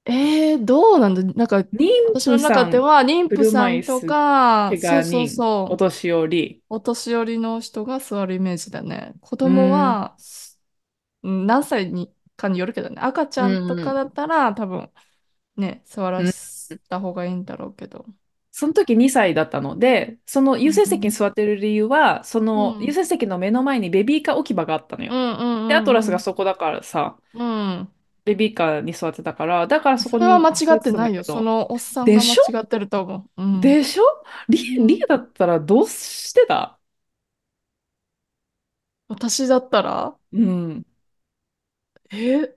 Speaker 1: えー、どうなんだ。なんか、
Speaker 2: 妊
Speaker 1: 私の
Speaker 2: 婦さ
Speaker 1: 中で
Speaker 2: ん、
Speaker 1: は、妊婦
Speaker 2: 車
Speaker 1: さ
Speaker 2: 椅
Speaker 1: んと
Speaker 2: 子、
Speaker 1: か、
Speaker 2: 怪
Speaker 1: そう
Speaker 2: 我
Speaker 1: そう
Speaker 2: 人、お
Speaker 1: そう、
Speaker 2: 年寄り。
Speaker 1: お年寄りの人が座るイメージだね。子
Speaker 2: う
Speaker 1: 供
Speaker 2: ーん、
Speaker 1: は、うん何歳にかによるけどね。赤ち
Speaker 2: う
Speaker 1: ゃんとか
Speaker 2: ん、
Speaker 1: だったら、多分ね、座ら
Speaker 2: うん。
Speaker 1: した方がいいんだろうけど。
Speaker 2: その時2歳だったので、その
Speaker 1: う
Speaker 2: 優
Speaker 1: ん
Speaker 2: 先
Speaker 1: う
Speaker 2: 席に
Speaker 1: ん。
Speaker 2: 座ってる理由は、そうの優
Speaker 1: ん。
Speaker 2: 先席の目の前にベビーカー置き場があったの
Speaker 1: う
Speaker 2: よ。
Speaker 1: んう
Speaker 2: で、アトラ
Speaker 1: ん
Speaker 2: ス
Speaker 1: う
Speaker 2: が
Speaker 1: ん
Speaker 2: そこだからさ、
Speaker 1: うん。うん。
Speaker 2: ベビーカーに座ってたから、だからそ
Speaker 1: そ
Speaker 2: こ
Speaker 1: れは
Speaker 2: に
Speaker 1: 間違
Speaker 2: 座っ
Speaker 1: って
Speaker 2: てたん
Speaker 1: な
Speaker 2: だ
Speaker 1: い
Speaker 2: け
Speaker 1: よ。そ
Speaker 2: ど、
Speaker 1: のおっさん
Speaker 2: で
Speaker 1: が間違
Speaker 2: しょ
Speaker 1: ってると思う。うん。
Speaker 2: でしょリ、
Speaker 1: う
Speaker 2: リエ
Speaker 1: ん。
Speaker 2: だったらどうしてた
Speaker 1: 私だったら
Speaker 2: うん。
Speaker 1: え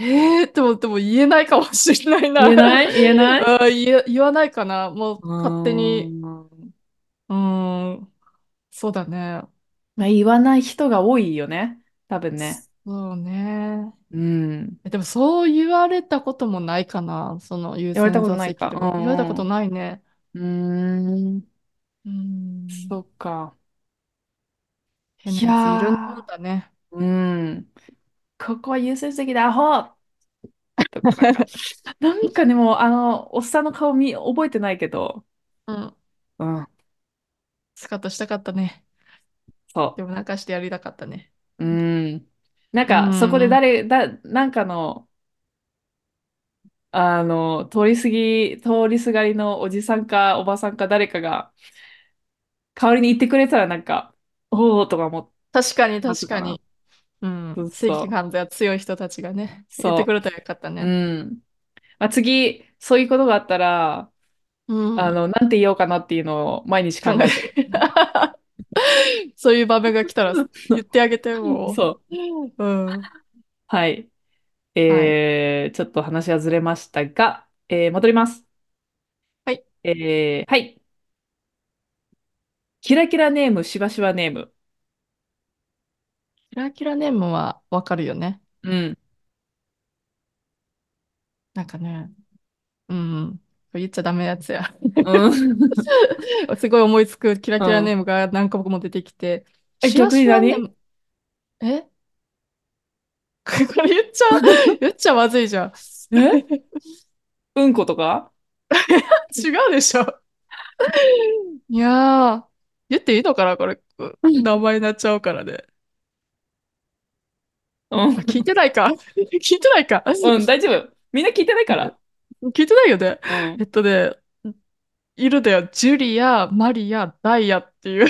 Speaker 1: えー、でも、でも言えないかもしれない
Speaker 2: 言
Speaker 1: な。
Speaker 2: えない言えない
Speaker 1: うん言え、言わないかな。もう
Speaker 2: う
Speaker 1: 勝手に、
Speaker 2: ーん。
Speaker 1: うーん、そうだね。
Speaker 2: まあ、言わない人が多いよね。多分ね。
Speaker 1: そうね。
Speaker 2: うん。
Speaker 1: えでもそう言われたこともないかな。その優
Speaker 2: 言われた
Speaker 1: 先
Speaker 2: こと
Speaker 1: 座
Speaker 2: ない
Speaker 1: 席
Speaker 2: か。
Speaker 1: とか。言われたことないね。
Speaker 2: うん。うーん。
Speaker 1: うーん、
Speaker 2: そっか。
Speaker 1: 変
Speaker 2: い
Speaker 1: なやついるもん
Speaker 2: や
Speaker 1: だね。
Speaker 2: ー。うん。ここは優先席でアホとか、なんか、なんかね、もう、あの、おっさんの顔見、覚えてないけど、
Speaker 1: うん、
Speaker 2: うん、
Speaker 1: スカッとしたかったね。
Speaker 2: そ
Speaker 1: でもなんかしてやりたかったね。
Speaker 2: う。うん。なん
Speaker 1: うー
Speaker 2: か、そこで
Speaker 1: ん、
Speaker 2: 誰、だ、なんかの、あの、通り過ぎ、通りすがりのおじさんか、おばさんか、誰かが、代わりに言ってくれたら、なんか、おーとか思っ
Speaker 1: 確かに
Speaker 2: たと
Speaker 1: 確
Speaker 2: か
Speaker 1: か
Speaker 2: な。
Speaker 1: に。うん、
Speaker 2: そう
Speaker 1: 正規
Speaker 2: そ
Speaker 1: 感が強い人たちがね、
Speaker 2: う。
Speaker 1: 言ってく
Speaker 2: そ
Speaker 1: れたらよかった
Speaker 2: う。
Speaker 1: ね。
Speaker 2: うん。まあ、次、そういうことがあったら、
Speaker 1: う
Speaker 2: あ
Speaker 1: ん、
Speaker 2: の、なんて言おうかなっていうのを毎日
Speaker 1: 考
Speaker 2: 考えてる。
Speaker 1: え。 そういう場面が 来たら言ってあげても。
Speaker 2: そう
Speaker 1: うん。
Speaker 2: はい。
Speaker 1: はい。
Speaker 2: えー、ちょっと話はずれましたが、えー、戻ります。
Speaker 1: はい
Speaker 2: えー、はい。キラキラネーム、しばしばネーム。
Speaker 1: キラキラネームはわかるよね。
Speaker 2: うん。
Speaker 1: なんかね、うん。これ言っちゃダメなやつや。
Speaker 2: うん。
Speaker 1: すごい思いつくキラ
Speaker 2: う
Speaker 1: キラネー
Speaker 2: ん。
Speaker 1: ムが何個も出てきて、
Speaker 2: え、
Speaker 1: しわ
Speaker 2: 逆
Speaker 1: し
Speaker 2: に
Speaker 1: わネー
Speaker 2: 何
Speaker 1: ム、え これ言っち ゃ、言っちゃまずいじゃん。
Speaker 2: えうんことか
Speaker 1: 違うで しょ。いやー、言っていいのかなこれ、う
Speaker 2: うん。
Speaker 1: 名前になっちゃうか らね。
Speaker 2: う
Speaker 1: あ、聞い
Speaker 2: ん、
Speaker 1: てないか 聞いてないか
Speaker 2: うん大丈夫。みんな聞いてないから。
Speaker 1: 聞いてないよね。
Speaker 2: うん。
Speaker 1: えっとね、いるだよ。ジュリア、マリア、ダイヤっ ていう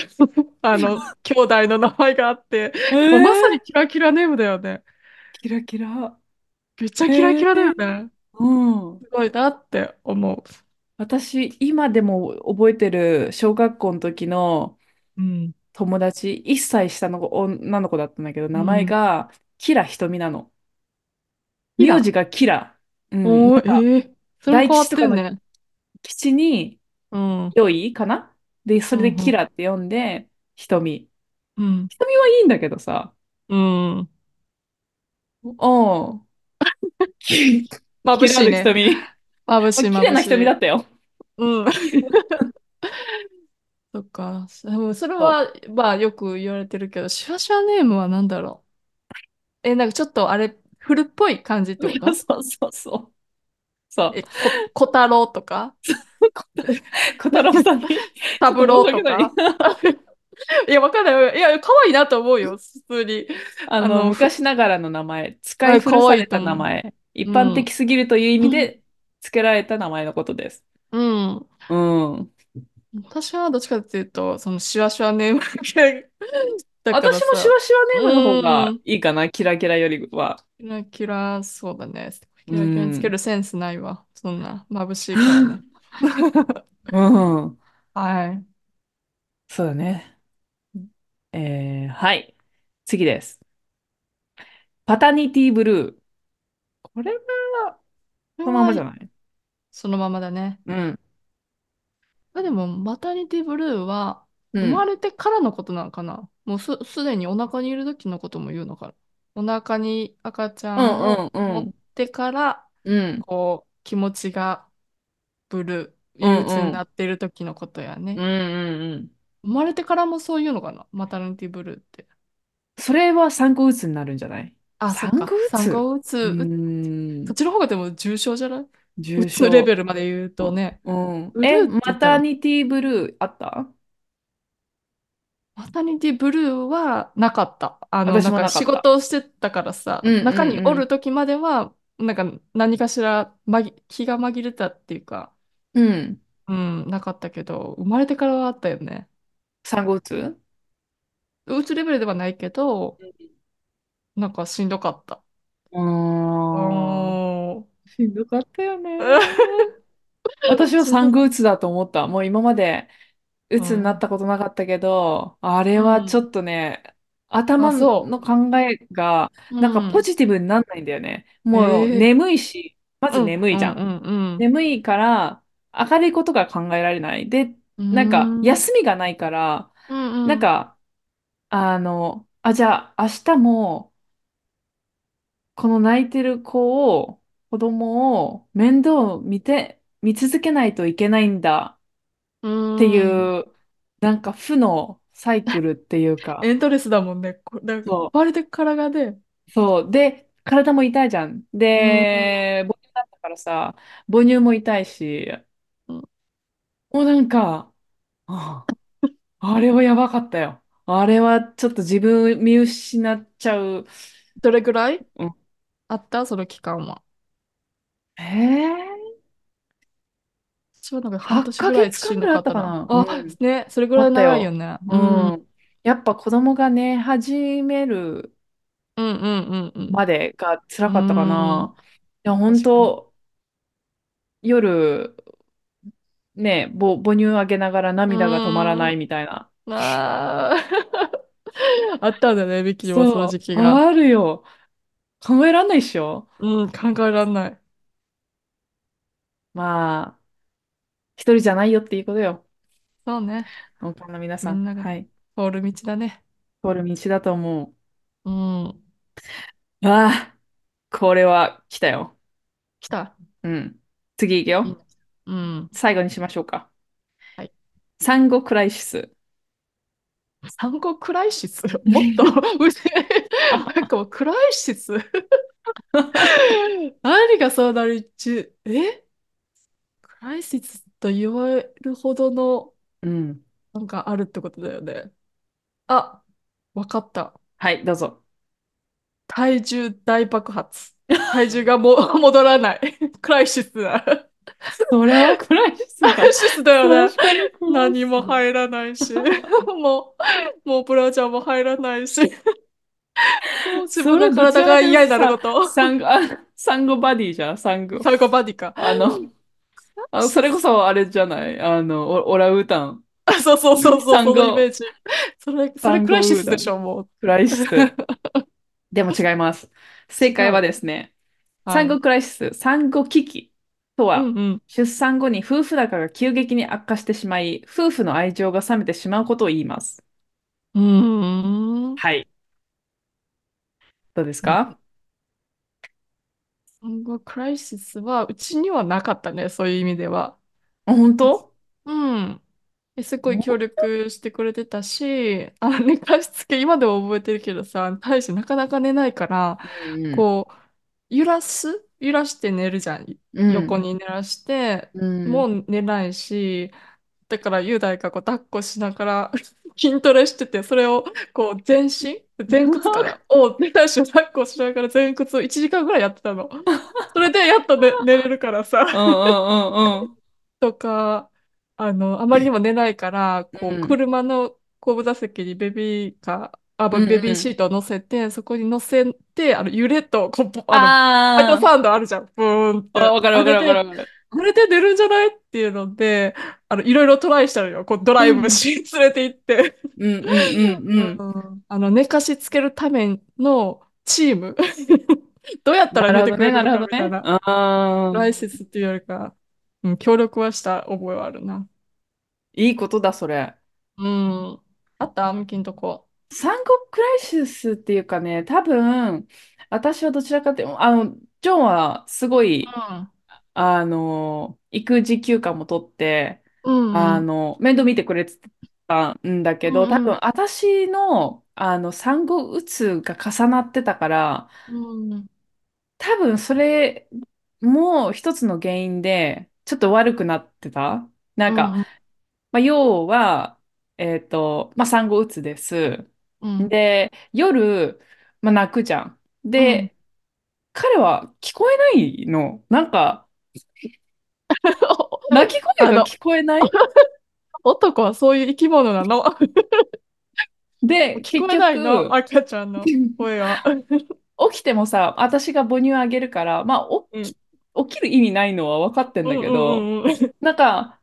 Speaker 1: あの、兄弟の名前があって、
Speaker 2: え
Speaker 1: もうまさに
Speaker 2: ー、
Speaker 1: キラキラネームだよね。
Speaker 2: キラキラ。
Speaker 1: めっちゃ
Speaker 2: え
Speaker 1: キラキラだよ
Speaker 2: ー、
Speaker 1: ね。
Speaker 2: うん。
Speaker 1: すごいなって思う。
Speaker 2: 私、今でも覚えてる小学校の時の
Speaker 1: うん。
Speaker 2: 友達、1歳下の女の子だったんだけど、
Speaker 1: う
Speaker 2: 名前
Speaker 1: ん。
Speaker 2: がキラひとみなの。
Speaker 1: キ
Speaker 2: 名字
Speaker 1: ラ。
Speaker 2: がキラ。うん。
Speaker 1: お
Speaker 2: な
Speaker 1: ー、
Speaker 2: んか、
Speaker 1: ええそれも
Speaker 2: 大
Speaker 1: 変わ
Speaker 2: 吉と
Speaker 1: って
Speaker 2: か
Speaker 1: る
Speaker 2: の
Speaker 1: ね。
Speaker 2: 吉に、
Speaker 1: うん。うん
Speaker 2: 良いかなで、そうれでキ
Speaker 1: ん。
Speaker 2: ラって読んで、ひとみ。
Speaker 1: うん。
Speaker 2: ひとみはいいんだけどさ。
Speaker 1: うん。
Speaker 2: おう。き
Speaker 1: 眩
Speaker 2: キラ
Speaker 1: しい
Speaker 2: の
Speaker 1: ね。
Speaker 2: 瞳。
Speaker 1: 眩しい、
Speaker 2: 綺麗
Speaker 1: 眩
Speaker 2: な
Speaker 1: し
Speaker 2: 瞳
Speaker 1: い。
Speaker 2: だったよ。
Speaker 1: うん。 そっか。でもそれ
Speaker 2: そ
Speaker 1: は、まあ、よく言われてるけど、シュワシュワネームは何だろう。え、なんかちょっとあれ、古っぽい感じって
Speaker 2: う。
Speaker 1: こと
Speaker 2: そうそうそう。そ
Speaker 1: え、こ、小太郎と か
Speaker 2: う。こ小太郎さんにち
Speaker 1: サ
Speaker 2: ょっと
Speaker 1: ブ
Speaker 2: 申
Speaker 1: ロ
Speaker 2: し
Speaker 1: ー
Speaker 2: 訳
Speaker 1: と
Speaker 2: ない。
Speaker 1: か いや、わかんない。いや、可愛いなと思うよ、普通に。
Speaker 2: あ
Speaker 1: あ
Speaker 2: の、
Speaker 1: の、ふ、
Speaker 2: 昔ながらの名 前、使い
Speaker 1: あ、
Speaker 2: 古
Speaker 1: 可
Speaker 2: さ
Speaker 1: 愛
Speaker 2: れ
Speaker 1: いと
Speaker 2: た名
Speaker 1: 思う。
Speaker 2: 前、一
Speaker 1: う
Speaker 2: 般
Speaker 1: ん。
Speaker 2: 的すぎるという意
Speaker 1: う
Speaker 2: 味
Speaker 1: ん。
Speaker 2: で付けられた名前のことです。
Speaker 1: うん
Speaker 2: うん。
Speaker 1: 私はどっちかっていうと、そのシュワシュワネーム系 だか
Speaker 2: 私
Speaker 1: ら
Speaker 2: もシュ
Speaker 1: さ、
Speaker 2: ワシュワネームの方
Speaker 1: う
Speaker 2: が
Speaker 1: ん、
Speaker 2: いいかな、キラキラよりは。
Speaker 1: キラキラ、そうだね。
Speaker 2: う
Speaker 1: キラキラにつけ
Speaker 2: ん。
Speaker 1: るセンスないわ。そんな、眩しいから ね。
Speaker 2: うん。
Speaker 1: はい。
Speaker 2: そうだね。えー、はい。次です。パタニティブルー。これは、
Speaker 1: これ
Speaker 2: そのまま
Speaker 1: は
Speaker 2: じゃない
Speaker 1: そのままだね。
Speaker 2: うん。
Speaker 1: あ、でも、マタニティブルーは、
Speaker 2: う
Speaker 1: 生ま
Speaker 2: ん。
Speaker 1: れてからのことなのかなもうす、すでにお腹にいる時のことも言うのかなお腹に赤ちゃ
Speaker 2: うん
Speaker 1: を
Speaker 2: んう
Speaker 1: 持
Speaker 2: んう
Speaker 1: っ
Speaker 2: ん。
Speaker 1: てから、
Speaker 2: うん。
Speaker 1: こう、気持ちがブルー、
Speaker 2: う
Speaker 1: 憂
Speaker 2: ん
Speaker 1: 鬱に
Speaker 2: う。
Speaker 1: なんっている時のことや
Speaker 2: う
Speaker 1: ね。
Speaker 2: んうんうん。
Speaker 1: 生まれてからもそういうのかなマタニティブルーって。
Speaker 2: それは産後うつになるんじゃない
Speaker 1: あ、そっ
Speaker 2: 産後
Speaker 1: か。
Speaker 2: う
Speaker 1: 産
Speaker 2: つ
Speaker 1: 後う
Speaker 2: う
Speaker 1: つ、う、
Speaker 2: ー
Speaker 1: そっ
Speaker 2: ん。
Speaker 1: ちの方がでも重症じゃないう
Speaker 2: 重
Speaker 1: つレベ
Speaker 2: 症。
Speaker 1: ルまで言うとね。
Speaker 2: うん。
Speaker 1: ブ
Speaker 2: え、
Speaker 1: ルーって
Speaker 2: マ
Speaker 1: 言った
Speaker 2: タ
Speaker 1: ら、
Speaker 2: ニティブルーあった
Speaker 1: マタニティブルーはなかった。あの、
Speaker 2: 私
Speaker 1: なん
Speaker 2: も
Speaker 1: か
Speaker 2: なか
Speaker 1: 仕
Speaker 2: った。
Speaker 1: 事をしてたからさ、
Speaker 2: うん
Speaker 1: 中にお
Speaker 2: う
Speaker 1: る
Speaker 2: ん
Speaker 1: 時までは、なんか何かしら、まぎ、気が紛れたっていうか、
Speaker 2: うん。うん。
Speaker 1: うん、なかったけど、生まれてからはあったよね。
Speaker 2: 産後うつ
Speaker 1: うつレベルではないけど、なんかしんどかった。
Speaker 2: うん。あー
Speaker 1: おー。
Speaker 2: しんどかったよ ね。私は
Speaker 1: しん
Speaker 2: 産
Speaker 1: ど、
Speaker 2: 後うつだと思った。もう今までう
Speaker 1: う
Speaker 2: つになっ
Speaker 1: ん。
Speaker 2: たことなかったけど、あれ
Speaker 1: う
Speaker 2: はちょ
Speaker 1: ん。
Speaker 2: っとね、
Speaker 1: あ、
Speaker 2: 頭
Speaker 1: そ
Speaker 2: の考えが
Speaker 1: う。
Speaker 2: なんか
Speaker 1: う
Speaker 2: ポ
Speaker 1: ん。
Speaker 2: ジティブになんないんだよね。もう
Speaker 1: ええ
Speaker 2: 眠いし、ま
Speaker 1: う
Speaker 2: ず
Speaker 1: ん、
Speaker 2: 眠
Speaker 1: う
Speaker 2: いじゃ
Speaker 1: ん、
Speaker 2: ん。
Speaker 1: うん、うん。
Speaker 2: 眠いから明るいことが考えられない。で、
Speaker 1: う
Speaker 2: なんか
Speaker 1: ーん、
Speaker 2: 休みがないから、
Speaker 1: う
Speaker 2: なん
Speaker 1: ん、うん。
Speaker 2: か、あの、あ、じゃあ明日もこの泣いてる子を、子供を面倒を見て、見続けないといけないんだ。
Speaker 1: う
Speaker 2: って
Speaker 1: ーん
Speaker 2: いう、なんか負のサイクルっていうか、
Speaker 1: エントレスだもんね。こなんか、
Speaker 2: そ
Speaker 1: 生まれてからがね。
Speaker 2: う、そう。で、体も痛いじゃん。
Speaker 1: うーん、
Speaker 2: で、母乳だったからさ、母乳も痛いし、
Speaker 1: うん
Speaker 2: もうなんか、ああれはやばかったよ。あれはちょっと自分見失っちゃう。
Speaker 1: どれぐらい
Speaker 2: うん、
Speaker 1: あったその期間は。
Speaker 2: えー、
Speaker 1: 私はなんか半
Speaker 2: 8
Speaker 1: 年ぐ
Speaker 2: ヶ
Speaker 1: らい
Speaker 2: 月
Speaker 1: し
Speaker 2: 間ぐ
Speaker 1: んど
Speaker 2: らいあ
Speaker 1: か
Speaker 2: っ
Speaker 1: ったた
Speaker 2: か
Speaker 1: な。
Speaker 2: な。う
Speaker 1: あ、
Speaker 2: ん。
Speaker 1: ね、それぐ
Speaker 2: あ
Speaker 1: らい
Speaker 2: った
Speaker 1: 長いよ
Speaker 2: よ。
Speaker 1: ね。
Speaker 2: う
Speaker 1: うん。うん
Speaker 2: ん。やっぱ子供がね、始める
Speaker 1: うんうんうん。
Speaker 2: までが
Speaker 1: う
Speaker 2: 辛かったか
Speaker 1: ーん。
Speaker 2: な。いや、本
Speaker 1: 確かに。
Speaker 2: 当夜、ね、ぼ母乳あげながら
Speaker 1: う
Speaker 2: 涙が止まら
Speaker 1: ー
Speaker 2: ない
Speaker 1: ん。
Speaker 2: みたいな。
Speaker 1: あ ーあったんだね、ビキにもその時
Speaker 2: そう、
Speaker 1: 期が。
Speaker 2: あるよ。考えらんないっしょ。
Speaker 1: うん、考えらんない。
Speaker 2: まあ、一人じゃないよっていうことよ。
Speaker 1: そうね。
Speaker 2: 大人の皆
Speaker 1: み
Speaker 2: さ
Speaker 1: ん
Speaker 2: ん。
Speaker 1: なが
Speaker 2: はい。
Speaker 1: 通る道だね。
Speaker 2: 通る道だと思
Speaker 1: うん。
Speaker 2: う。ああ、これは来たよ。
Speaker 1: 来た。
Speaker 2: うん。次行く
Speaker 1: いい
Speaker 2: よ。
Speaker 1: ねうん。
Speaker 2: 最後にしましょうか。
Speaker 1: はい。
Speaker 2: 産後クライシス。
Speaker 1: 産後クライ シスもっとうぜえなんかもうクライシス 何がそうなるち、えクライシスと言われるほどの
Speaker 2: うん。
Speaker 1: なんかあるってことだよね。あ、わかった。
Speaker 2: はい、どうぞ。
Speaker 1: 体重大爆発。体重がも 戻らない。クライシスだ。ク
Speaker 2: それはクライシス
Speaker 1: ラ
Speaker 2: だ。
Speaker 1: イシスだよね。
Speaker 2: 確かにクライ
Speaker 1: 何
Speaker 2: シ
Speaker 1: も
Speaker 2: スだ。
Speaker 1: 入らないし、 もう、もうブラジャーも入らないし、もう自分
Speaker 2: そ
Speaker 1: の
Speaker 2: れどちら
Speaker 1: 体
Speaker 2: か
Speaker 1: が
Speaker 2: という
Speaker 1: 嫌
Speaker 2: と
Speaker 1: になるこ
Speaker 2: さ、
Speaker 1: と。
Speaker 2: 産後、あ産後バディじゃん、産後。
Speaker 1: サルコバディか。
Speaker 2: あの、あのそれこそあれじゃない、あの、オ、オランウータン。
Speaker 1: あ、そうそうそうそう、
Speaker 2: 産
Speaker 1: そのイメー
Speaker 2: 後、
Speaker 1: ジ。それ、それ
Speaker 2: 産
Speaker 1: クライ
Speaker 2: 後
Speaker 1: シ
Speaker 2: ウー
Speaker 1: ス
Speaker 2: タ
Speaker 1: でし
Speaker 2: ン。
Speaker 1: ょ、も
Speaker 2: クライシ ス。
Speaker 1: う。
Speaker 2: でも違います。正
Speaker 1: 違
Speaker 2: 解は
Speaker 1: う。
Speaker 2: ですね、
Speaker 1: は
Speaker 2: 産後
Speaker 1: い。
Speaker 2: クライシス、産後危機と
Speaker 1: う
Speaker 2: は、
Speaker 1: んうん。
Speaker 2: 出産後に夫婦仲が急激に悪化してしまい、夫婦の愛情が冷めてしまうことを言います。
Speaker 1: うーん。
Speaker 2: はい。どうです
Speaker 1: なん
Speaker 2: か
Speaker 1: か、産後クライシスは、うちにはなかったね、そういう意味では。
Speaker 2: あ本当
Speaker 1: うん。え、すごい
Speaker 2: 本
Speaker 1: 協力してくれてたし、 あの寝かしつけ、今でも覚えてるけどさ、大してなかなか寝ないから、
Speaker 2: うんうん。
Speaker 1: こう、揺らす揺らして寝るじゃん。
Speaker 2: う
Speaker 1: 横
Speaker 2: ん。
Speaker 1: に寝らして、
Speaker 2: う
Speaker 1: も
Speaker 2: ん。
Speaker 1: う寝ないし、だから雄大がこう抱っこしながら 筋トレしてて、それをこう全身、前屈かなを寝ないし抱っこしながら前屈を1時間ぐらいやってたの。それでやっ と寝、寝れるからさ。
Speaker 2: うんうんうん
Speaker 1: とか、あの、あまりにも寝ないから、
Speaker 2: う
Speaker 1: こう、
Speaker 2: ん。うん
Speaker 1: 車の後部座席にベビーカー、あ、
Speaker 2: うん
Speaker 1: ベビ
Speaker 2: う
Speaker 1: ーシ
Speaker 2: ん。
Speaker 1: ートを乗せて、そこに乗せて、あの、揺れと、こう、ぼあの、バイト
Speaker 2: あ
Speaker 1: サウンドあるじゃん、ブーンっ
Speaker 2: あ、あ
Speaker 1: て。
Speaker 2: わかる
Speaker 1: あ
Speaker 2: わか
Speaker 1: れ
Speaker 2: るわかる
Speaker 1: で、
Speaker 2: わかる。
Speaker 1: あれで寝るんじゃないっていうので、あの、いろいろトライしたのよ。こう、ド
Speaker 2: う
Speaker 1: ライブ
Speaker 2: ん。
Speaker 1: し、連れて行って。
Speaker 2: うんうんうんう。
Speaker 1: うんん、あの、寝かしつけるためのチーム。どうやったら
Speaker 2: なるほ
Speaker 1: 寝て
Speaker 2: ど
Speaker 1: くれ
Speaker 2: ね、
Speaker 1: る
Speaker 2: なる
Speaker 1: の
Speaker 2: ほど
Speaker 1: かみたい
Speaker 2: ね。
Speaker 1: な。
Speaker 2: あ
Speaker 1: ライ
Speaker 2: あ、
Speaker 1: セスっていうよりか、うん、協力はした覚えはあるな。
Speaker 2: いいことだ、それ。
Speaker 1: うん。あったミキんとこ。
Speaker 2: 産後クライシスっていうかね、多分、私はどちらかっていうと、あの、ジョンはすご
Speaker 1: う
Speaker 2: い、
Speaker 1: ん。
Speaker 2: あの、育児休暇も取って、
Speaker 1: うんう
Speaker 2: あ
Speaker 1: ん。
Speaker 2: の、面倒見てくれてたんだ
Speaker 1: う
Speaker 2: けど、多
Speaker 1: んう
Speaker 2: 分、
Speaker 1: ん。
Speaker 2: 私の、あの、産後うつが重なってたから、
Speaker 1: うん
Speaker 2: 多分それも一つの原因で、ちょっと悪くなってた。な
Speaker 1: うんん
Speaker 2: か、
Speaker 1: うん
Speaker 2: まあ、要は、えっと、まあ、産後うつです。
Speaker 1: うん
Speaker 2: で、夜、まあ、泣くじゃん。
Speaker 1: うん
Speaker 2: で、彼は聞こえないの。なんか、泣き声
Speaker 1: あ
Speaker 2: が
Speaker 1: の、
Speaker 2: 聞こえ ない
Speaker 1: 男はそういう生き物な の。
Speaker 2: で、
Speaker 1: 聞
Speaker 2: 結
Speaker 1: こえないの、
Speaker 2: 局、
Speaker 1: 赤ちゃんの声 は。
Speaker 2: 起きてもさ、私が母乳あげるから、まあ、
Speaker 1: う
Speaker 2: 起
Speaker 1: ん。
Speaker 2: き、起きる意味ないのは分かってん
Speaker 1: う
Speaker 2: だ
Speaker 1: ん
Speaker 2: け
Speaker 1: う
Speaker 2: ど、
Speaker 1: んうんうん。
Speaker 2: なんか、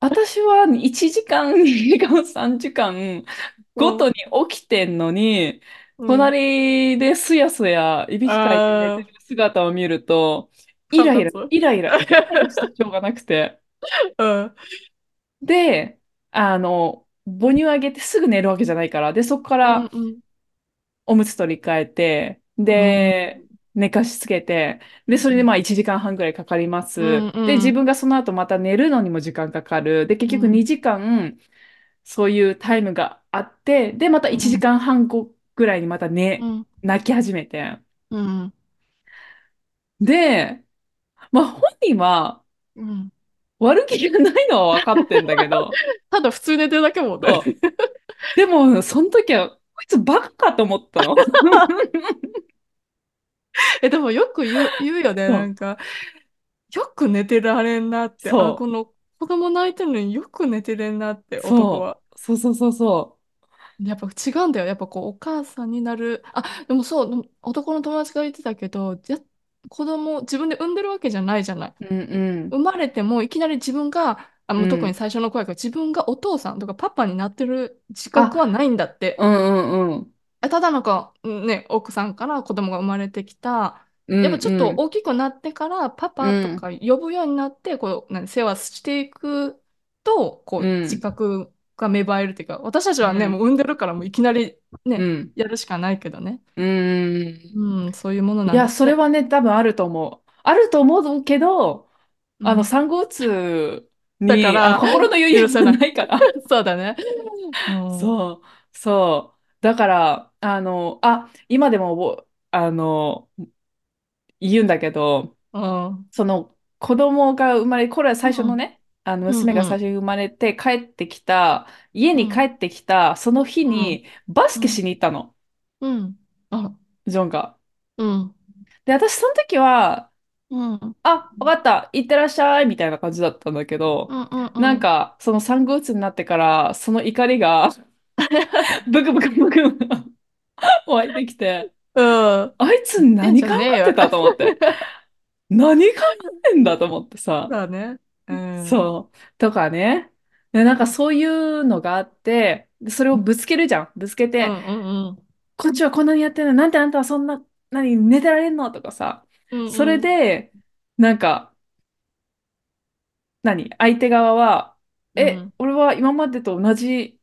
Speaker 2: 私は1時間、2時間、3時間
Speaker 1: う
Speaker 2: ごと
Speaker 1: ん。
Speaker 2: に起きてんのに、
Speaker 1: うん。
Speaker 2: 隣ですやすやいびきかいて寝て
Speaker 1: あ
Speaker 2: る姿を見ると、イ
Speaker 1: ー、
Speaker 2: ラ
Speaker 1: 腹
Speaker 2: イラ、
Speaker 1: 立つ。
Speaker 2: イライラ、イライラしてしょうがなくて。
Speaker 1: うん。
Speaker 2: で、あの、母乳あげてすぐ寝るわけじゃないから、で、そこか
Speaker 1: うん
Speaker 2: ら
Speaker 1: うん。
Speaker 2: おむつ取り替えて、
Speaker 1: うん。
Speaker 2: で、寝かしつけて、で、それでまあ1時間半ぐらいかかりま
Speaker 1: う
Speaker 2: す。
Speaker 1: ん
Speaker 2: で、
Speaker 1: う
Speaker 2: 自
Speaker 1: ん。
Speaker 2: 分がその後また寝るのにも時間かかる。で、結
Speaker 1: う
Speaker 2: 局
Speaker 1: ん
Speaker 2: 2時間、そういうタイムがあって、で、また
Speaker 1: う
Speaker 2: 1
Speaker 1: ん
Speaker 2: 時間半後ぐらいにまた
Speaker 1: う
Speaker 2: 寝、
Speaker 1: ん
Speaker 2: 泣き始めて。
Speaker 1: うん
Speaker 2: で、まあ本人は
Speaker 1: うん
Speaker 2: 悪気がないのは分かってんだけ ど、
Speaker 1: ただ普通寝てるだけもんね。
Speaker 2: そう。でも、その時は、こいつバカかと思った の。
Speaker 1: え、でもよく言う、言うよね。
Speaker 2: そ
Speaker 1: な
Speaker 2: う。
Speaker 1: んか、よく寝てられんなって、あ、こ
Speaker 2: そ
Speaker 1: の子供泣いてるのによく寝てれんなっ
Speaker 2: う。
Speaker 1: て、男
Speaker 2: そ
Speaker 1: は。
Speaker 2: う。そうそうそうそう。
Speaker 1: やっぱ違うんだよ。やっぱこう、お母さんになる。あ、でもそう、でも男の友達が言ってたけど、じゃ、子供、自分で産んでるわけじゃないじゃない。
Speaker 2: うんう
Speaker 1: 生
Speaker 2: ん。
Speaker 1: まれてもいきなり自分があ
Speaker 2: う
Speaker 1: の、特に
Speaker 2: ん。
Speaker 1: 最初の声が自分がお父さんとかパパになってる自覚は
Speaker 2: あ、
Speaker 1: ないんだって。
Speaker 2: うんうんうん。
Speaker 1: えただなんか、ね、奥さんから子供が生まれてきた。
Speaker 2: う
Speaker 1: やっぱちょっと
Speaker 2: ん
Speaker 1: 大きくなってからパ
Speaker 2: う
Speaker 1: パと
Speaker 2: ん。
Speaker 1: か呼ぶようになって、こう、何、世話していくと、こ
Speaker 2: う
Speaker 1: う、自
Speaker 2: ん。
Speaker 1: 覚が芽生えるというか、私たち
Speaker 2: う
Speaker 1: はね、も
Speaker 2: ん。
Speaker 1: う産んでるからもういきなり
Speaker 2: う
Speaker 1: ね、
Speaker 2: ん。
Speaker 1: やるしかないけどね。
Speaker 2: うん。
Speaker 1: うん、そういうもの
Speaker 2: い
Speaker 1: なん
Speaker 2: や、
Speaker 1: だっ
Speaker 2: それ
Speaker 1: て。
Speaker 2: はね、多分あると思う。あると思うけど、
Speaker 1: う
Speaker 2: あの、
Speaker 1: ん。
Speaker 2: 産後う つ
Speaker 1: だか
Speaker 2: に、あの、
Speaker 1: ら、
Speaker 2: 心の余
Speaker 1: 許
Speaker 2: 裕
Speaker 1: せ
Speaker 2: が
Speaker 1: ない。
Speaker 2: ないから。
Speaker 1: そうだね。 うん。
Speaker 2: そう、そう。だから、あの、あ、今でも覚え、あの、言うんだけど、
Speaker 1: うん。
Speaker 2: その子供が生まれ、これは
Speaker 1: う
Speaker 2: 最初の
Speaker 1: ん。
Speaker 2: ね、あの
Speaker 1: うん。
Speaker 2: 娘が
Speaker 1: う
Speaker 2: 最
Speaker 1: ん。
Speaker 2: 初に生まれて帰ってきた、家
Speaker 1: う
Speaker 2: に帰
Speaker 1: ん。
Speaker 2: ってきた、その日
Speaker 1: うん。
Speaker 2: にバス
Speaker 1: う
Speaker 2: ケし
Speaker 1: ん。
Speaker 2: に行ったの、
Speaker 1: うんあ、
Speaker 2: ジョンが。
Speaker 1: うん。
Speaker 2: で、私その時は、
Speaker 1: うん。うん
Speaker 2: あ、わかった、行ってらっしゃい、みたいな感じだったんだけ
Speaker 1: う
Speaker 2: ど、
Speaker 1: んう
Speaker 2: なん
Speaker 1: ん。
Speaker 2: か、その産後うつになってから、その怒り が、ブクブクブク 湧いてきて、
Speaker 1: うん。
Speaker 2: あいつ
Speaker 1: 言って
Speaker 2: 何
Speaker 1: んじゃ
Speaker 2: 考
Speaker 1: ねえ
Speaker 2: えて
Speaker 1: よ。
Speaker 2: たと思って。 何考えてんだと思ってさ。
Speaker 1: そうね。うん。
Speaker 2: そう。とかね。で、なんかそういうのがあって、でそれをぶつけるじゃん。ぶつけ
Speaker 1: う
Speaker 2: て、
Speaker 1: んうんうん。
Speaker 2: こっちはこんなにやってんの。なんてあんたはそんな、何、寝てられんのとかさ。
Speaker 1: うん
Speaker 2: それ
Speaker 1: うん。
Speaker 2: で、なんか、何相手側は、
Speaker 1: う
Speaker 2: え、
Speaker 1: ん
Speaker 2: 俺は今までと同じ、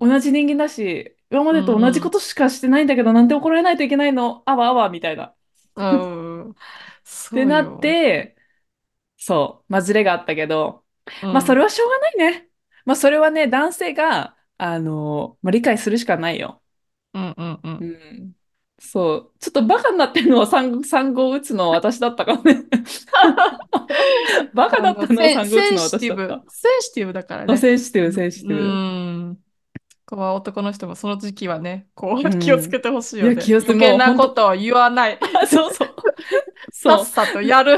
Speaker 2: 同じ人間だし、今ま
Speaker 1: う
Speaker 2: でと同じこ
Speaker 1: ん
Speaker 2: としかしてないんだけど、なんで怒られないといけないのあわあわ、みたいな。っ
Speaker 1: うん。うん。
Speaker 2: て
Speaker 1: そう
Speaker 2: なっ
Speaker 1: よ。
Speaker 2: て、そう、まあ、ズレがあったけど、
Speaker 1: う
Speaker 2: まあ、そ
Speaker 1: ん。
Speaker 2: れはしょうがないね。まあ、それはね、男性が、あのまあ、理解するしかないよ。
Speaker 1: うんうんう。
Speaker 2: うんん。そう。ちょっとバカになってるのは産、産後打つのは私だったから ね。バカ
Speaker 1: あ
Speaker 2: だっ
Speaker 1: の、
Speaker 2: たのは
Speaker 1: セン、
Speaker 2: 産後打
Speaker 1: セ
Speaker 2: つ
Speaker 1: ン
Speaker 2: のは
Speaker 1: シ
Speaker 2: 私
Speaker 1: ティ
Speaker 2: だっ
Speaker 1: ブ。
Speaker 2: た。
Speaker 1: センシティブだから
Speaker 2: あ、
Speaker 1: ね。
Speaker 2: センシティブ、センシ
Speaker 1: う
Speaker 2: ティブ。
Speaker 1: ん。ここは男の人もその時期はね、こ
Speaker 2: う
Speaker 1: う気をつ
Speaker 2: ん。
Speaker 1: けてほしい
Speaker 2: い
Speaker 1: よ
Speaker 2: や、
Speaker 1: ね。
Speaker 2: 気をつけ、
Speaker 1: 余計
Speaker 2: もう
Speaker 1: な
Speaker 2: 本
Speaker 1: こ
Speaker 2: 当、
Speaker 1: とは言わない。
Speaker 2: あ そうそう。
Speaker 1: さっ
Speaker 2: そ
Speaker 1: さとやる。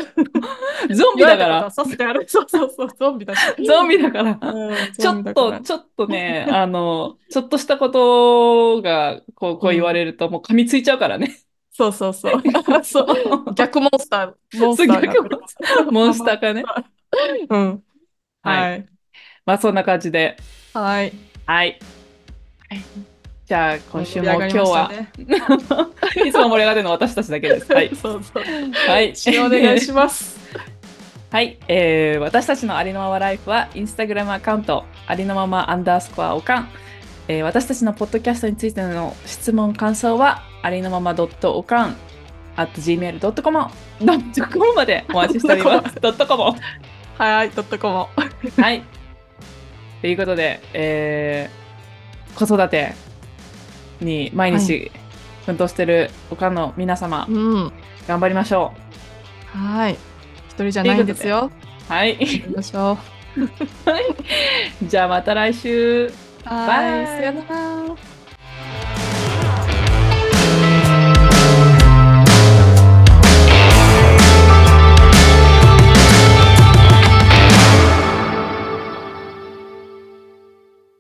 Speaker 2: う。ゾン
Speaker 1: 言
Speaker 2: ビだ
Speaker 1: われ
Speaker 2: か
Speaker 1: たことは
Speaker 2: ら。
Speaker 1: さっさと やる。そうそうそう、ゾンビだし。
Speaker 2: ゾンビだから、
Speaker 1: うん、
Speaker 2: ち
Speaker 1: ゾ
Speaker 2: ょ
Speaker 1: ンビ
Speaker 2: っ
Speaker 1: だか
Speaker 2: と、
Speaker 1: ら。
Speaker 2: ちょっと ね、あの、ちょっとしたことが、こう、
Speaker 1: う
Speaker 2: こう言わ
Speaker 1: ん。
Speaker 2: れると、もう噛みついちゃうからね。
Speaker 1: そうそうそう。そう、
Speaker 2: そ
Speaker 1: 逆モンスター、モ
Speaker 2: う、
Speaker 1: ン
Speaker 2: そ
Speaker 1: ス
Speaker 2: う
Speaker 1: ターが
Speaker 2: 逆
Speaker 1: 出て
Speaker 2: も、
Speaker 1: くる。そ う
Speaker 2: モンス
Speaker 1: モ
Speaker 2: タ
Speaker 1: ン
Speaker 2: ー
Speaker 1: ス
Speaker 2: かね。
Speaker 1: ター。うん。
Speaker 2: は。
Speaker 1: はいい。
Speaker 2: まあ、そんな感じで。
Speaker 1: はい。
Speaker 2: はい。
Speaker 1: はい
Speaker 2: じゃあ、今
Speaker 1: もう盛
Speaker 2: 週
Speaker 1: り上
Speaker 2: も
Speaker 1: がり
Speaker 2: 今日
Speaker 1: ました
Speaker 2: は
Speaker 1: ね。
Speaker 2: いつも盛り上がってるのは私たちだけです。 はい。
Speaker 1: そうそう。
Speaker 2: はい。
Speaker 1: 締めお願いします。
Speaker 2: はい、えー私たちのありのままライフは、インスタグラムアカウント、ありのままアンダースコアおかん、えー私たちのポッドキャストについての質問、感想は、ありのままおかん、at gmail.com、.com までお待ちしてお
Speaker 1: ど
Speaker 2: り
Speaker 1: こも。
Speaker 2: ます。.com。
Speaker 1: はい、ドットコも。
Speaker 2: はい。ということで、えー子育てに毎
Speaker 1: はい。
Speaker 2: 日奮闘してるおかんの皆様、
Speaker 1: うん。
Speaker 2: 頑張りましょ
Speaker 1: はい。一人じ
Speaker 2: う。
Speaker 1: ゃ
Speaker 2: という
Speaker 1: ない
Speaker 2: こ
Speaker 1: ん
Speaker 2: と
Speaker 1: です
Speaker 2: で、
Speaker 1: よ。
Speaker 2: はい。
Speaker 1: 頑張りましょ
Speaker 2: じゃあまた来週。
Speaker 1: う。はい。さ
Speaker 2: バ
Speaker 1: よ
Speaker 2: イ。
Speaker 1: なら。